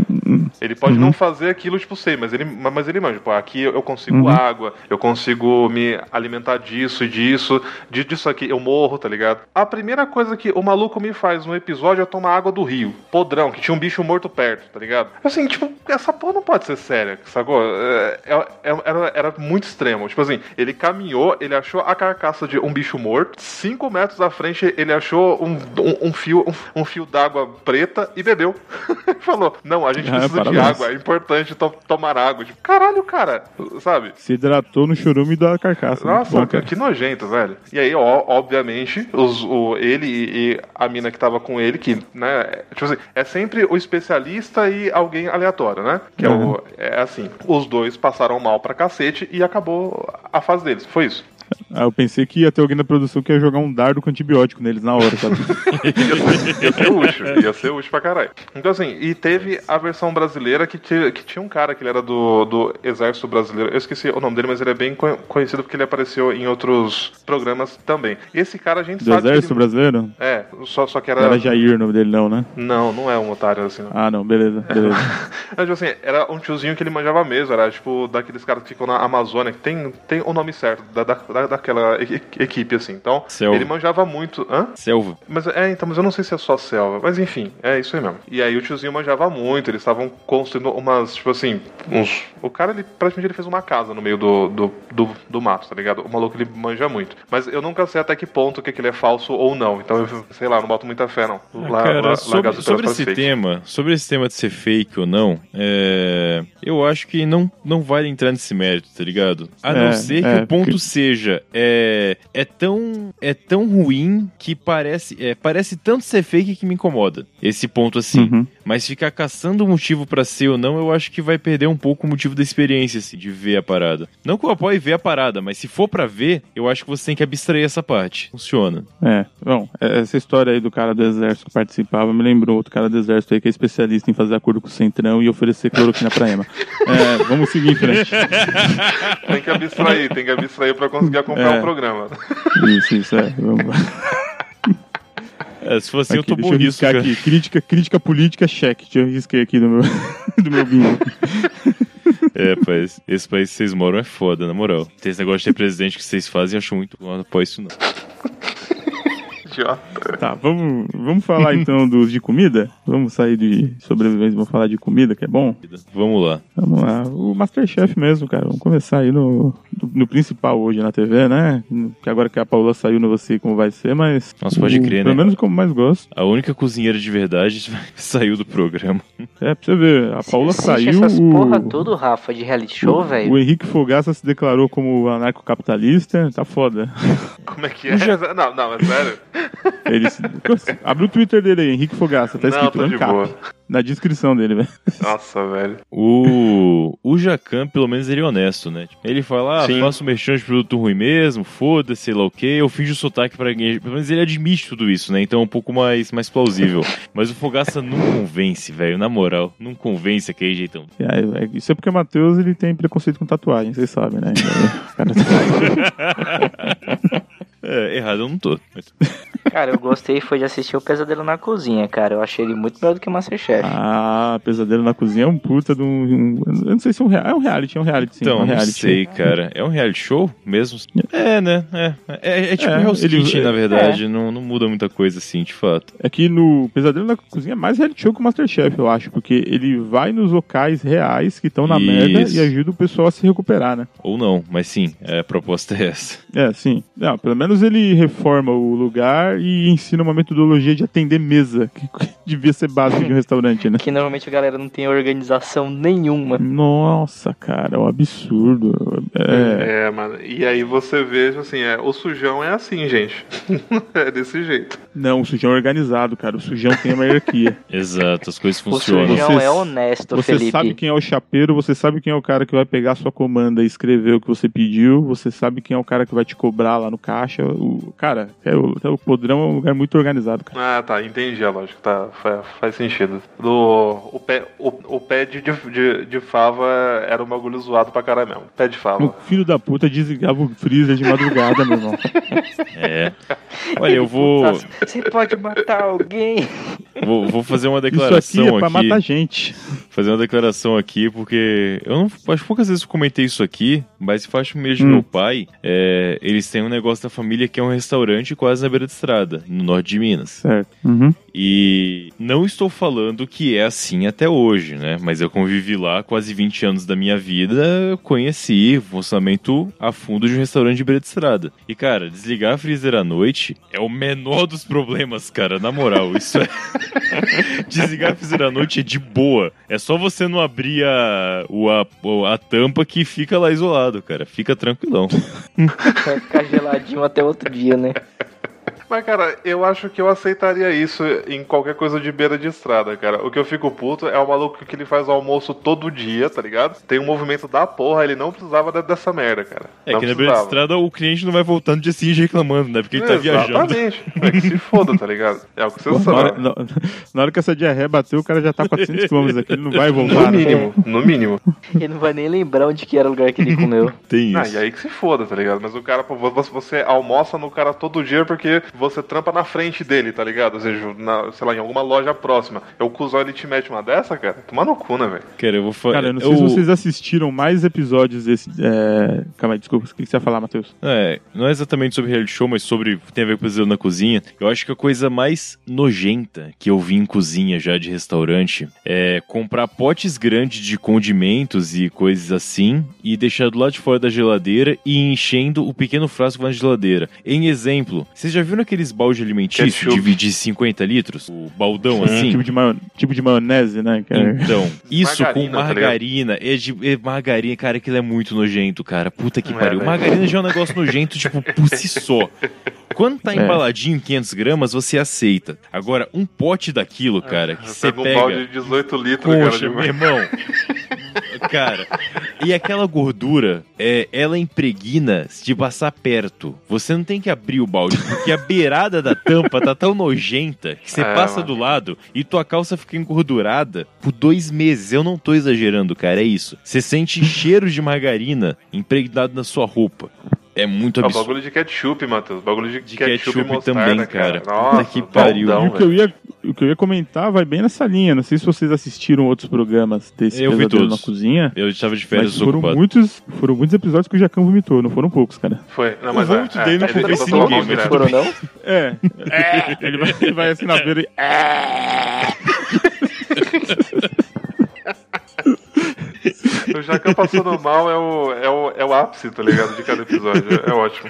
Speaker 3: Ele pode não fazer aquilo, tipo, sei, mas ele, ma- mas ele manja. Pô, aqui eu eu consigo água, eu consigo me alimentar disso e disso, de- disso aqui eu morro, tá ligado? A primeira coisa que o maluco me faz no episódio é tomar água do rio, podrão, que tinha um bicho morto perto, tá ligado? Assim, tipo, essa porra não pode ser séria, sacou? É, é- é- era, era muito extremo. Tipo assim, ele caminhou, ele achou a carcaça de um bicho morto, cinco metros à frente ele achou um, um, um fio, um, um fio d'água preta e bebeu. Falou, não, a gente
Speaker 2: Ah,
Speaker 3: precisa de
Speaker 2: parabéns.
Speaker 3: água, é importante to- tomar água. Tipo, caralho, cara, sabe?
Speaker 2: Se hidratou no chorume da carcaça. Muito
Speaker 3: Nossa,
Speaker 2: bom,
Speaker 3: que,
Speaker 2: cara.
Speaker 3: que nojento, velho. E aí, ó, obviamente, os- o, ele e, e a mina que tava com ele, que, né, é, tipo assim, é sempre o especialista e alguém aleatório, né? Que é,
Speaker 2: Uhum.
Speaker 3: o, é assim, os dois passaram mal pra cacete e acabou a fase deles. Foi isso.
Speaker 2: Ah, eu pensei que ia ter alguém na produção que ia jogar um dardo com antibiótico neles na hora, sabe?
Speaker 3: ia ser útil, ia ser útil pra caralho. Então, assim, e teve a versão brasileira que, ti- que tinha um cara que ele era do, do Exército Brasileiro. Eu esqueci o nome dele, mas ele é bem co- conhecido porque ele apareceu em outros programas também. Esse cara a gente
Speaker 2: Do
Speaker 3: sabe. que
Speaker 2: Exército
Speaker 3: ele-
Speaker 2: Brasileiro?
Speaker 3: É, só, só que
Speaker 2: Não
Speaker 3: era.
Speaker 2: era Jair o nome dele, não, né?
Speaker 3: Não, não é um otário assim. Não.
Speaker 2: Ah, não, beleza, beleza.
Speaker 3: Mas, tipo assim, era um tiozinho que ele manjava mesmo, era tipo daqueles caras que ficam na Amazônia, que tem, tem o nome certo da, da, da, da daquela e- e- equipe, assim. Então,
Speaker 5: Selva.
Speaker 3: ele manjava muito. Hã?
Speaker 5: Selva.
Speaker 3: Mas é, então, mas eu não sei se é só selva, mas enfim, é isso aí mesmo. E aí o tiozinho manjava muito, eles estavam construindo umas, tipo assim, uns. O cara, ele praticamente ele fez uma casa no meio do, do, do, do mato, tá ligado? O maluco ele manja muito. Mas eu nunca sei até que ponto que aquilo é falso ou não. Então, eu, sei lá, não boto muita fé, não. Lá- lá-
Speaker 5: Ah, Cara, sobre,
Speaker 3: largado pelas
Speaker 5: sobre
Speaker 3: pelas
Speaker 5: esse
Speaker 3: fake.
Speaker 5: tema, sobre esse tema de ser fake ou não, é, eu acho que não, não vale entrar nesse mérito, tá ligado? A não
Speaker 2: É,
Speaker 5: ser que
Speaker 2: é,
Speaker 5: o ponto
Speaker 2: porque-
Speaker 5: seja, é, é tão é tão ruim que parece é, parece tanto ser fake que me incomoda. Esse ponto assim.
Speaker 2: Uhum.
Speaker 5: Mas ficar caçando o motivo pra ser ou não, eu acho que vai perder um pouco o motivo da experiência, assim, de ver a parada. Não que eu apoie ver a parada, mas se for pra ver, eu acho que você tem que abstrair essa parte. Funciona.
Speaker 2: É, bom, é- essa história aí do cara do exército que participava me lembrou outro cara do exército aí que é especialista em fazer acordo com o Centrão e oferecer cloroquina pra Ema. É, vamos seguir em frente.
Speaker 3: Tem que abstrair, tem que abstrair pra conseguir acompanhar
Speaker 2: É.
Speaker 3: o programa.
Speaker 2: Isso, isso, é. Vamos.
Speaker 5: É, se fosse assim, eu
Speaker 2: Aqui,
Speaker 5: tô
Speaker 2: deixa eu
Speaker 5: burriço,
Speaker 2: riscar
Speaker 5: cara.
Speaker 2: aqui. Crítica, crítica política, cheque. Deixa eu risquei aqui do meu, do meu bingo.
Speaker 5: É, rapaz, esse país que vocês moram é foda, na moral. Tem esse negócio de ter presidente que vocês fazem, eu acho muito bom, não apoio isso não. é
Speaker 3: Idiota.
Speaker 2: Tá, vamos, vamos falar então dos de comida? Vamos sair de sobrevivência e vamos falar de comida, que é bom?
Speaker 5: Vamos lá.
Speaker 2: Vamos lá. O Masterchef mesmo, cara. Vamos começar aí no, no, no principal hoje na TV, né? Que agora que a Paula saiu, não sei como vai ser, mas.
Speaker 5: Nossa, pode
Speaker 2: o-
Speaker 5: crer,
Speaker 2: Pelo
Speaker 5: né?
Speaker 2: menos como mais gosto.
Speaker 5: A única cozinheira de verdade saiu do programa.
Speaker 2: É, pra você ver. A Paula
Speaker 4: Você assiste
Speaker 2: saiu.
Speaker 4: essas
Speaker 2: o...
Speaker 4: porra tudo, Rafa, de reality show, velho.
Speaker 2: O Henrique Fogaça se declarou como anarcocapitalista, tá foda.
Speaker 3: Como é que é? Não, não, é sério.
Speaker 2: Ele se... Abre o Twitter dele aí, Henrique Fogaça, tá
Speaker 3: não,
Speaker 2: escrito
Speaker 3: tô de
Speaker 2: ANCAP,
Speaker 3: boa.
Speaker 2: na descrição dele, velho.
Speaker 3: Nossa, velho.
Speaker 5: O, o Jacan, pelo menos, ele é honesto, né? Tipo, Ele fala, ah,
Speaker 3: Sim.
Speaker 5: faço merchan de produto ruim mesmo, foda-se, sei lá o quê, eu finjo sotaque pra ninguém. Pelo menos ele admite tudo isso, né? Então é um pouco mais, mais plausível. Mas o Fogaça não convence, velho, na moral. Não convence aquele jeitão.
Speaker 2: E aí, velho, Isso é porque o Matheus ele tem preconceito com tatuagem, vocês sabem, né? Então, cara,
Speaker 5: É, errado eu não tô. Mas
Speaker 4: Cara, eu gostei foi de assistir o Pesadelo na Cozinha, cara. Eu achei ele muito melhor do que Masterchef.
Speaker 2: Ah, Pesadelo na Cozinha é um puta de um. um- eu não sei se é um reality. É um reality, é um reality sim. é
Speaker 5: Então,
Speaker 2: um
Speaker 5: não
Speaker 2: reality.
Speaker 5: sei, cara. É um reality show mesmo? É, né? É, é, é tipo
Speaker 2: É,
Speaker 5: Hell's
Speaker 2: ele-
Speaker 5: Kitchen, na verdade. Não, não muda muita coisa, assim, de fato.
Speaker 2: É que no Pesadelo na Cozinha é mais reality show que o Masterchef, eu acho, porque ele vai nos locais reais que estão na merda
Speaker 5: Isso.
Speaker 2: e ajuda o pessoal a se recuperar, né?
Speaker 5: Ou não, mas sim, é, a proposta é essa.
Speaker 2: É, sim. Não, pelo menos ele reforma o lugar e ensina uma metodologia de atender mesa, que devia ser básico de um restaurante, né?
Speaker 4: Que normalmente a galera não tem organização nenhuma.
Speaker 2: Nossa, cara, é um absurdo. É.
Speaker 3: É, mano. E aí você vê, tipo assim, é, o sujão é assim, gente. é desse jeito.
Speaker 2: Não, o sujão é organizado, cara. O sujão tem uma hierarquia.
Speaker 5: Exato, as coisas
Speaker 4: O
Speaker 5: funcionam.
Speaker 4: sujão
Speaker 2: Você-
Speaker 4: é honesto,
Speaker 2: Você
Speaker 4: Felipe.
Speaker 2: sabe quem é o chapeiro, você sabe quem é o cara que vai pegar a sua comanda e escrever o que você pediu, você sabe quem é o cara que vai te cobrar lá no caixa. O, cara, é o, até o podrão é um lugar muito organizado, cara.
Speaker 3: Ah, tá, entendi a lógica, tá, fa- faz sentido. Do, o, pé, o, o pé de, de, de fava era um bagulho zoado pra caralho mesmo. Pé de
Speaker 2: O
Speaker 3: fava.
Speaker 2: filho da puta desligava o freezer de madrugada, meu irmão.
Speaker 5: É. Olha, eu vou,
Speaker 4: Você pode matar alguém.
Speaker 5: vou, vou fazer uma
Speaker 2: Isso aqui
Speaker 5: declaração
Speaker 2: é pra matar gente.
Speaker 5: fazer uma declaração aqui, porque eu não, acho que poucas vezes eu comentei isso aqui, mas faço mesmo
Speaker 2: Hum.
Speaker 5: meu pai, é, eles têm um negócio da família que é um restaurante quase na beira de estrada, no norte de Minas.
Speaker 2: Certo. Uhum.
Speaker 5: E não estou falando que é assim até hoje, né? Mas eu convivi lá quase 20 anos da minha vida, conheci o funcionamento a fundo de um restaurante de beira de estrada. E, cara, desligar a freezer à noite é o menor dos problemas, cara, na moral. Isso é. desligar a freezer à noite é de boa. É só você não abrir a, o- a, a tampa que fica lá isolado, cara. Fica tranquilão.
Speaker 4: Vai ficar geladinho até outro dia, né?
Speaker 3: Mas, cara, eu acho que eu aceitaria isso em qualquer coisa de beira de estrada, cara. O que eu fico puto é o maluco que ele faz o almoço todo dia, tá ligado? Tem um movimento da porra, ele não precisava de- dessa merda, cara.
Speaker 5: É
Speaker 3: não
Speaker 5: que na beira de
Speaker 3: precisava.
Speaker 5: estrada o cliente não vai voltando de assim reclamando, né? Porque ele tá viajando.
Speaker 3: Exatamente. É que se foda, tá ligado? É o que você
Speaker 2: Na hora,
Speaker 3: sabe.
Speaker 2: na- na hora que essa diarreia bateu, o cara já tá 400 km aqui, ele não vai
Speaker 3: No
Speaker 2: voltar. né?
Speaker 3: mínimo, no mínimo.
Speaker 4: Ele não vai nem lembrar onde que era o lugar que ele comeu.
Speaker 5: Tem isso.
Speaker 3: Ah, e aí que se foda, tá ligado? Mas o cara, pô, vo- você almoça no cara todo dia porque você trampa na frente dele, tá ligado? Ou seja, na, sei lá, em alguma loja próxima. É o cuzão, ele te mete uma dessa, cara? Toma no cu, né, velho?
Speaker 5: Cara, eu vou é falar.
Speaker 2: Cara, eu não sei se vocês assistiram mais episódios desse. É... Calma aí, desculpa, o que você ia falar, Matheus?
Speaker 5: É, não é exatamente sobre reality show, mas sobre. Tem a ver com o Pesadelo na Cozinha. Eu acho que a coisa mais nojenta que eu vi em cozinha já de restaurante é comprar potes grandes de condimentos e coisas assim e deixar do lado de fora da geladeira e ir enchendo o pequeno frasco na geladeira. Em exemplo, vocês já viram aqueles balde alimentícios
Speaker 3: Ketchup.
Speaker 5: de, de 50 litros? O baldão assim?
Speaker 2: Tipo de, maio- tipo de maionese, né, cara?
Speaker 5: Então, isso com
Speaker 3: Margarina, tá
Speaker 5: margarina, é de é margarina, cara, aquilo é muito nojento, cara. Puta que
Speaker 3: É,
Speaker 5: pariu.
Speaker 3: velho.
Speaker 5: Margarina já é um negócio nojento, tipo, por si só. Quando tá embaladinho em 500 gramas, você aceita. Agora, um pote daquilo, cara, que você
Speaker 3: um balde
Speaker 5: pega.
Speaker 3: de 18 litros, tá
Speaker 5: Poxa, meu
Speaker 3: cara. de-
Speaker 5: irmão. Cara, e aquela gordura, é, ela impregna de passar perto. Você não tem que abrir o balde, porque a beirada da tampa tá tão nojenta que você
Speaker 3: É,
Speaker 5: passa
Speaker 3: mano.
Speaker 5: do lado e tua calça fica engordurada por dois meses. Eu não tô exagerando, cara, é isso. Você sente cheiro de margarina impregnado na sua roupa. É muito
Speaker 3: Ah,
Speaker 5: absurdo.
Speaker 3: bagulho de ketchup, Matheus. Bagulho de,
Speaker 5: De
Speaker 3: ketchup, e
Speaker 5: ketchup
Speaker 3: mostarda,
Speaker 5: também, cara.
Speaker 3: cara.
Speaker 5: Puta
Speaker 3: Nossa,
Speaker 5: que pariu.
Speaker 3: baldão,
Speaker 2: E o que, eu
Speaker 3: velho.
Speaker 2: ia, o que eu ia comentar vai bem nessa linha. Não sei se vocês assistiram outros programas desse
Speaker 5: Eu vi
Speaker 2: Pesadelo
Speaker 5: todos.
Speaker 2: na cozinha.
Speaker 5: Eu estava de férias
Speaker 2: Mas foram
Speaker 5: desocupado.
Speaker 2: muitos, foram muitos episódios que o Jacão vomitou, não foram poucos, cara.
Speaker 3: Foi. Não, mas
Speaker 5: O
Speaker 3: é,
Speaker 5: vômito dele
Speaker 3: é,
Speaker 5: não
Speaker 3: ele
Speaker 5: convence
Speaker 3: botou a mão
Speaker 5: ninguém, mas
Speaker 3: direto.
Speaker 5: tudo
Speaker 4: Foram não?
Speaker 2: É. ele, vai, ele vai assim na beira e.
Speaker 3: O Jacan passando mal é o, é, o, é o ápice, tá ligado? De cada episódio. É ótimo.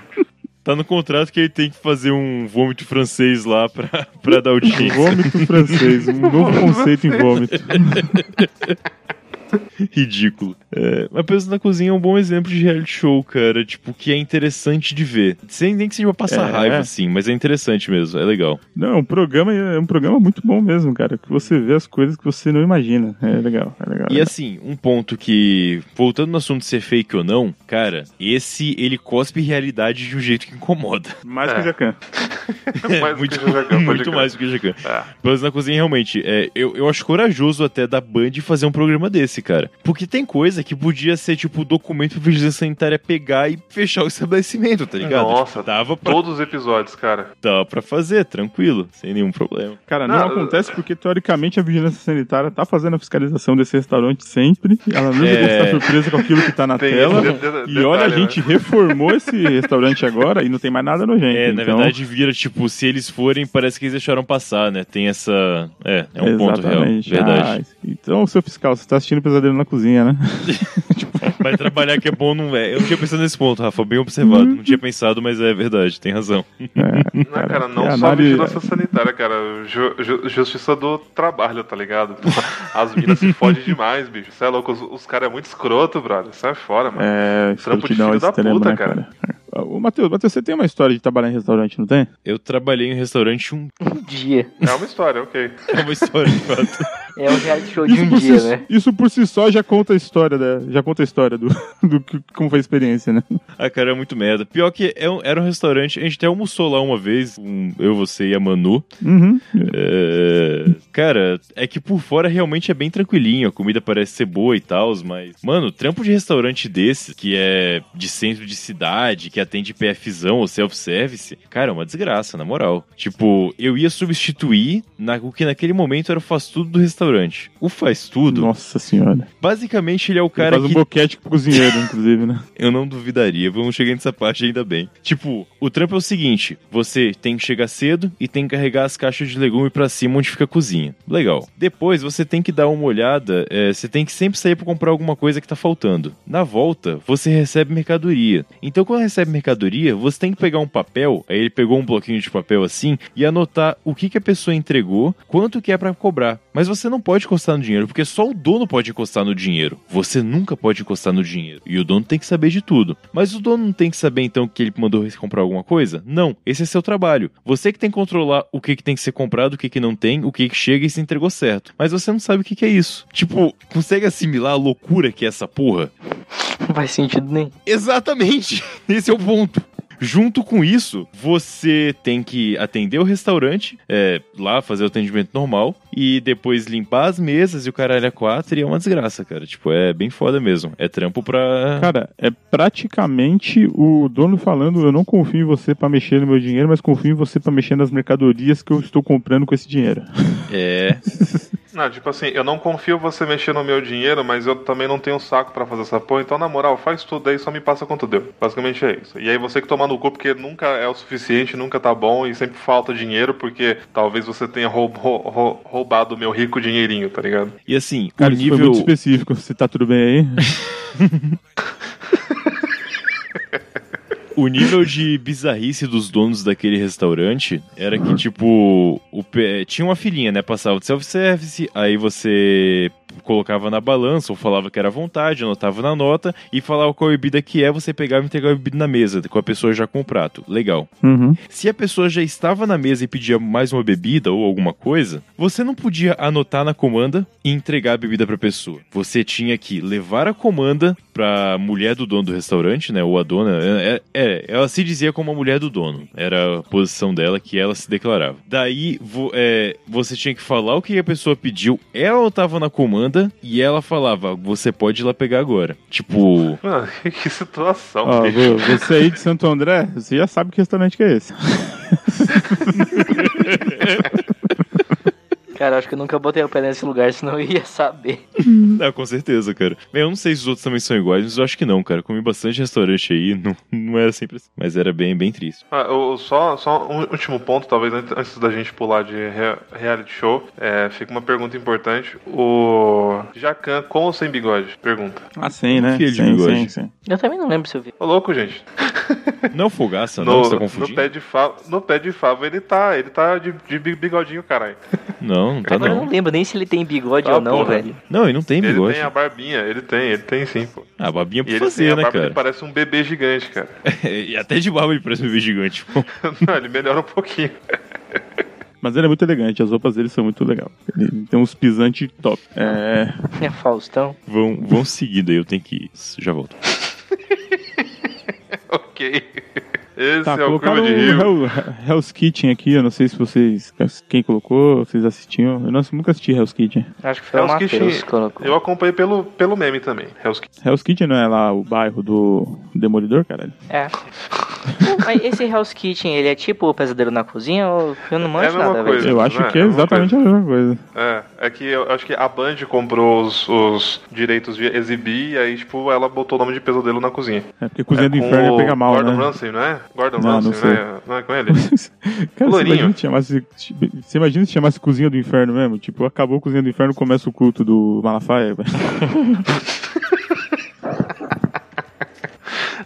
Speaker 5: Tá no contrato que ele tem que fazer um vômito francês lá pra, pra dar audiência.
Speaker 2: Vômito francês, um novo conceito em vômito.
Speaker 5: Ridículo. É, mas Peso na Cozinha é um bom exemplo de reality show, cara. Tipo, que é interessante de ver. Sem nem que seja pra passar
Speaker 2: É.
Speaker 5: raiva, assim, mas é interessante mesmo, é legal.
Speaker 2: Não, é um programa, é um programa muito bom mesmo, cara. Que você vê as coisas que você não imagina. É legal, é legal.
Speaker 5: E assim, um ponto que, voltando no assunto de ser fake ou não, cara, esse ele cospe realidade de um jeito que incomoda.
Speaker 2: Mais
Speaker 3: que
Speaker 2: que
Speaker 3: o
Speaker 2: o Jacan.
Speaker 3: mais
Speaker 5: muito
Speaker 3: do que o Jacan, pode
Speaker 5: muito
Speaker 3: crer.
Speaker 5: mais do que o Jacan.
Speaker 3: É.
Speaker 5: Mas na cozinha, realmente, é, eu, eu acho corajoso até da Band fazer um programa desse, cara. Porque tem coisa que podia ser, tipo, documento pra vigilância sanitária pegar e fechar o estabelecimento, tá ligado?
Speaker 3: Nossa,
Speaker 5: Tipo, dava pra,
Speaker 3: Todos os episódios, cara.
Speaker 5: dava pra fazer, tranquilo, sem nenhum problema.
Speaker 2: Cara, não,
Speaker 3: Não,
Speaker 2: acontece porque, teoricamente, a vigilância sanitária tá fazendo a fiscalização desse restaurante sempre. Ela nunca
Speaker 5: É.
Speaker 2: está surpresa com aquilo que tá na
Speaker 3: Tem
Speaker 2: tela.
Speaker 3: esse de- de-
Speaker 2: E olha, a
Speaker 3: detalhe, né?
Speaker 2: gente reformou esse restaurante agora e não tem mais nada nojento.
Speaker 5: É, na
Speaker 2: então,
Speaker 5: verdade, vira, tipo, se eles forem, parece que eles deixaram passar, né? Tem essa. É, é um ponto real.
Speaker 2: Exatamente.
Speaker 5: Verdade.
Speaker 2: Ah, então, seu fiscal, você tá assistindo Pesadelo na Cozinha, né?
Speaker 5: Vai trabalhar que é bom, não é. Eu não tinha pensado nesse ponto, Rafa, bem observado. Não tinha pensado, mas é verdade, tem razão.
Speaker 2: É,
Speaker 3: Não, né? cara, não
Speaker 2: que
Speaker 3: só
Speaker 2: análise-
Speaker 3: vigilância sanitária, cara. Ju- ju- justiça do trabalho, tá ligado? Pô, As minas se fodem demais, bicho. Você é louco, os, os caras é muito escroto, brother. Sai fora, mano.
Speaker 2: É,
Speaker 3: Trampo de
Speaker 2: escrotidão
Speaker 3: um filho da
Speaker 2: extrema,
Speaker 3: puta,
Speaker 2: né,
Speaker 3: cara.
Speaker 2: cara? Ô, Matheus, Matheus, você tem uma história de trabalhar em restaurante, não tem?
Speaker 5: Eu trabalhei em um restaurante um.
Speaker 4: Um dia.
Speaker 3: É, uma história, ok.
Speaker 5: É uma história de fato.
Speaker 4: É um reality show de um
Speaker 2: por
Speaker 4: dia,
Speaker 2: si,
Speaker 4: né?
Speaker 2: isso por si só já conta a história, da, já conta a história do, do que- como foi a experiência, né?
Speaker 5: Ah, cara, é muito merda. Pior que é um- era um restaurante, a gente até almoçou lá uma vez, um, eu, você e a Manu.
Speaker 2: Uhum.
Speaker 5: É, Cara, é que por fora realmente é bem tranquilinho, a comida parece ser boa e tal, mas. Mano, trampo de restaurante desse, que é de centro de cidade, que atende PFzão ou self-service, cara, é uma desgraça, na moral. Tipo, eu ia substituir na- o que naquele momento era o faz tudo do restaurante. O faz tudo,
Speaker 2: Nossa senhora.
Speaker 5: basicamente ele é o cara
Speaker 2: Ele faz
Speaker 5: que
Speaker 2: um boquete pro cozinheiro, inclusive, né?
Speaker 5: eu não duvidaria. Vamos chegar nessa parte ainda bem. Tipo, o trampo é o seguinte: você tem que chegar cedo e tem que carregar as caixas de legume pra cima onde fica a cozinha. Legal. Depois você tem que dar uma olhada, é, você tem que sempre sair pra comprar alguma coisa que tá faltando. Na volta, você recebe mercadoria. Então, quando recebe mercadoria, você tem que pegar um papel, aí ele pegou um bloquinho de papel assim e anotar o que, que a pessoa entregou, quanto que é pra cobrar. Mas você não pode encostar no dinheiro, porque só o dono pode encostar no dinheiro. Você nunca pode encostar no dinheiro. E o dono tem que saber de tudo. Mas o dono não tem que saber então que ele mandou você comprar alguma coisa? Não, esse é seu trabalho. Você que tem que controlar o que, que tem que ser comprado, o que, que não tem, o que, que chega e se entregou certo. Mas você não sabe o que, que é isso. Tipo, consegue assimilar a loucura que é essa porra?
Speaker 4: Não faz sentido nenhum.
Speaker 5: Exatamente. Esse é o ponto. Junto com isso, você tem que atender o restaurante, é, lá fazer o atendimento normal, e depois limpar as mesas e o caralho é quatro, e é uma desgraça, cara. Tipo, é bem foda mesmo. É trampo pra.
Speaker 2: Cara, é praticamente o dono falando: eu não confio em você pra mexer no meu dinheiro, mas confio em você pra mexer nas mercadorias que eu estou comprando com esse dinheiro.
Speaker 5: É.
Speaker 3: Não, tipo assim, eu não confio você mexer no meu dinheiro, mas eu também não tenho saco pra fazer essa porra, então na moral, faz tudo aí, só me passa quanto deu. Basicamente é isso. E aí você que toma no cu, porque nunca é o suficiente, nunca tá bom e sempre falta dinheiro, porque talvez você tenha roub- rou- rou- roubado o meu rico dinheirinho, tá ligado?
Speaker 5: E assim,
Speaker 2: Cara,
Speaker 5: o
Speaker 2: isso foi muito
Speaker 5: nível.
Speaker 2: específico. Você tá tudo bem aí?
Speaker 5: o nível de bizarrice dos donos daquele restaurante era que, tipo, o pe- tinha uma filhinha, né? Passava de self-service, aí você colocava na balança, ou falava que era à vontade, anotava na nota, e falava qual bebida que é, você pegava e entregava a bebida na mesa, com a pessoa já com o prato. Legal.
Speaker 2: Uhum.
Speaker 5: Se a pessoa já estava na mesa e pedia mais uma bebida ou alguma coisa, você não podia anotar na comanda e entregar a bebida para pessoa. Você tinha que levar a comanda para mulher do dono do restaurante, né? Ou a dona. É, é- ela se dizia como a mulher do dono. Era a posição dela que ela se declarava. Daí vo- é, você tinha que falar o que a pessoa pediu, ela anotava na comanda e ela falava: você pode ir lá pegar agora. Tipo.
Speaker 3: Mano, que
Speaker 4: É
Speaker 3: situação,
Speaker 4: um
Speaker 2: Ó, vo-
Speaker 3: bicho.
Speaker 2: você aí de Santo André, você já sabe que restaurante que é esse.
Speaker 4: Cara, eu acho que eu nunca botei o pé nesse lugar, senão eu ia saber.
Speaker 5: Ah, com certeza, cara. Bem, eu não sei se os outros também são iguais, mas eu acho que não, cara. Comi bastante restaurante aí, não, não era sempre assim. Mas era bem, bem triste.
Speaker 3: Ah, eu- eu só, só um último ponto, talvez antes- antes da gente pular de rea- reality show, é, fica uma pergunta importante. O Jacan com ou sem bigode? Pergunta.
Speaker 2: Ah, sim, né?
Speaker 5: Filho de
Speaker 2: Sim,
Speaker 5: bigode.
Speaker 2: sim, sim.
Speaker 4: Eu também não lembro se eu vi.
Speaker 3: Ô louco, gente.
Speaker 5: Não fogaça, não?
Speaker 3: No,
Speaker 5: Você tá
Speaker 3: no,
Speaker 5: confundindo?
Speaker 3: pé de fava, no pé de fava ele tá, ele tá de, de bi- bigodinho, caralho.
Speaker 5: Não, não tá
Speaker 4: Agora eu
Speaker 5: não.
Speaker 4: não lembro nem se ele tem bigode
Speaker 3: Ah,
Speaker 4: ou não,
Speaker 3: porra.
Speaker 4: velho.
Speaker 5: Não, ele não tem
Speaker 3: Ele
Speaker 5: bigode.
Speaker 3: tem a barbinha, ele tem, ele tem sim, pô.
Speaker 5: Ah, babinha
Speaker 3: E
Speaker 5: pra
Speaker 3: ele tem
Speaker 5: fazer,
Speaker 3: a
Speaker 5: né,
Speaker 3: barba que
Speaker 5: cara?
Speaker 3: parece um bebê gigante, cara.
Speaker 5: e até de barba ele parece um bebê gigante. pô.
Speaker 3: Não, ele melhora um pouquinho.
Speaker 2: Mas ele é muito elegante, as roupas dele são muito legais. Ele tem uns pisantes top. É.
Speaker 4: É Faustão.
Speaker 5: vão, vão seguindo aí, eu tenho que ir. Já volto.
Speaker 3: ok. Esse
Speaker 2: Tá,
Speaker 3: é o
Speaker 2: colocaram
Speaker 3: Curva
Speaker 2: o
Speaker 3: de Rio.
Speaker 2: Hell- Hell's Kitchen aqui, eu não sei se vocês. Quem colocou, vocês assistiam. Eu não- nunca assisti Hell's Kitchen.
Speaker 4: Acho É que foi o
Speaker 3: Hell's
Speaker 4: Matheus
Speaker 3: Kitchen.
Speaker 4: que colocou.
Speaker 3: Eu acompanhei pelo, pelo meme também. Hell's Kitchen.
Speaker 2: Hell's Kitchen não é lá o bairro do Demolidor, caralho?
Speaker 4: É. Mas esse Hell's Kitchen, ele é tipo o Pesadelo na Cozinha ou eu
Speaker 3: É
Speaker 4: não
Speaker 3: a
Speaker 4: manjo
Speaker 3: mesma
Speaker 4: nada,
Speaker 3: coisa.
Speaker 4: velho?
Speaker 2: Eu
Speaker 3: Não
Speaker 2: acho
Speaker 3: é?
Speaker 2: que é
Speaker 3: É uma
Speaker 2: exatamente a mesma coisa.
Speaker 3: É, é que eu acho que a Band comprou os, os direitos de exibir e aí, tipo, ela botou o nome de pesadelo na cozinha.
Speaker 2: É porque cozinha do
Speaker 3: com
Speaker 2: inferno
Speaker 3: o
Speaker 2: pega mal,
Speaker 3: Gordon
Speaker 2: né?
Speaker 3: Ramsay, não é? Gordon
Speaker 2: Não,
Speaker 3: Ramsay,
Speaker 2: não sei.
Speaker 3: né? Não é com ele?
Speaker 2: Cara, você
Speaker 3: Lourinho.
Speaker 2: imagina, se chamasse, você imagina se chamasse Cozinha do Inferno mesmo? Tipo, acabou a Cozinha do Inferno, começa o culto do Malafaia. velho.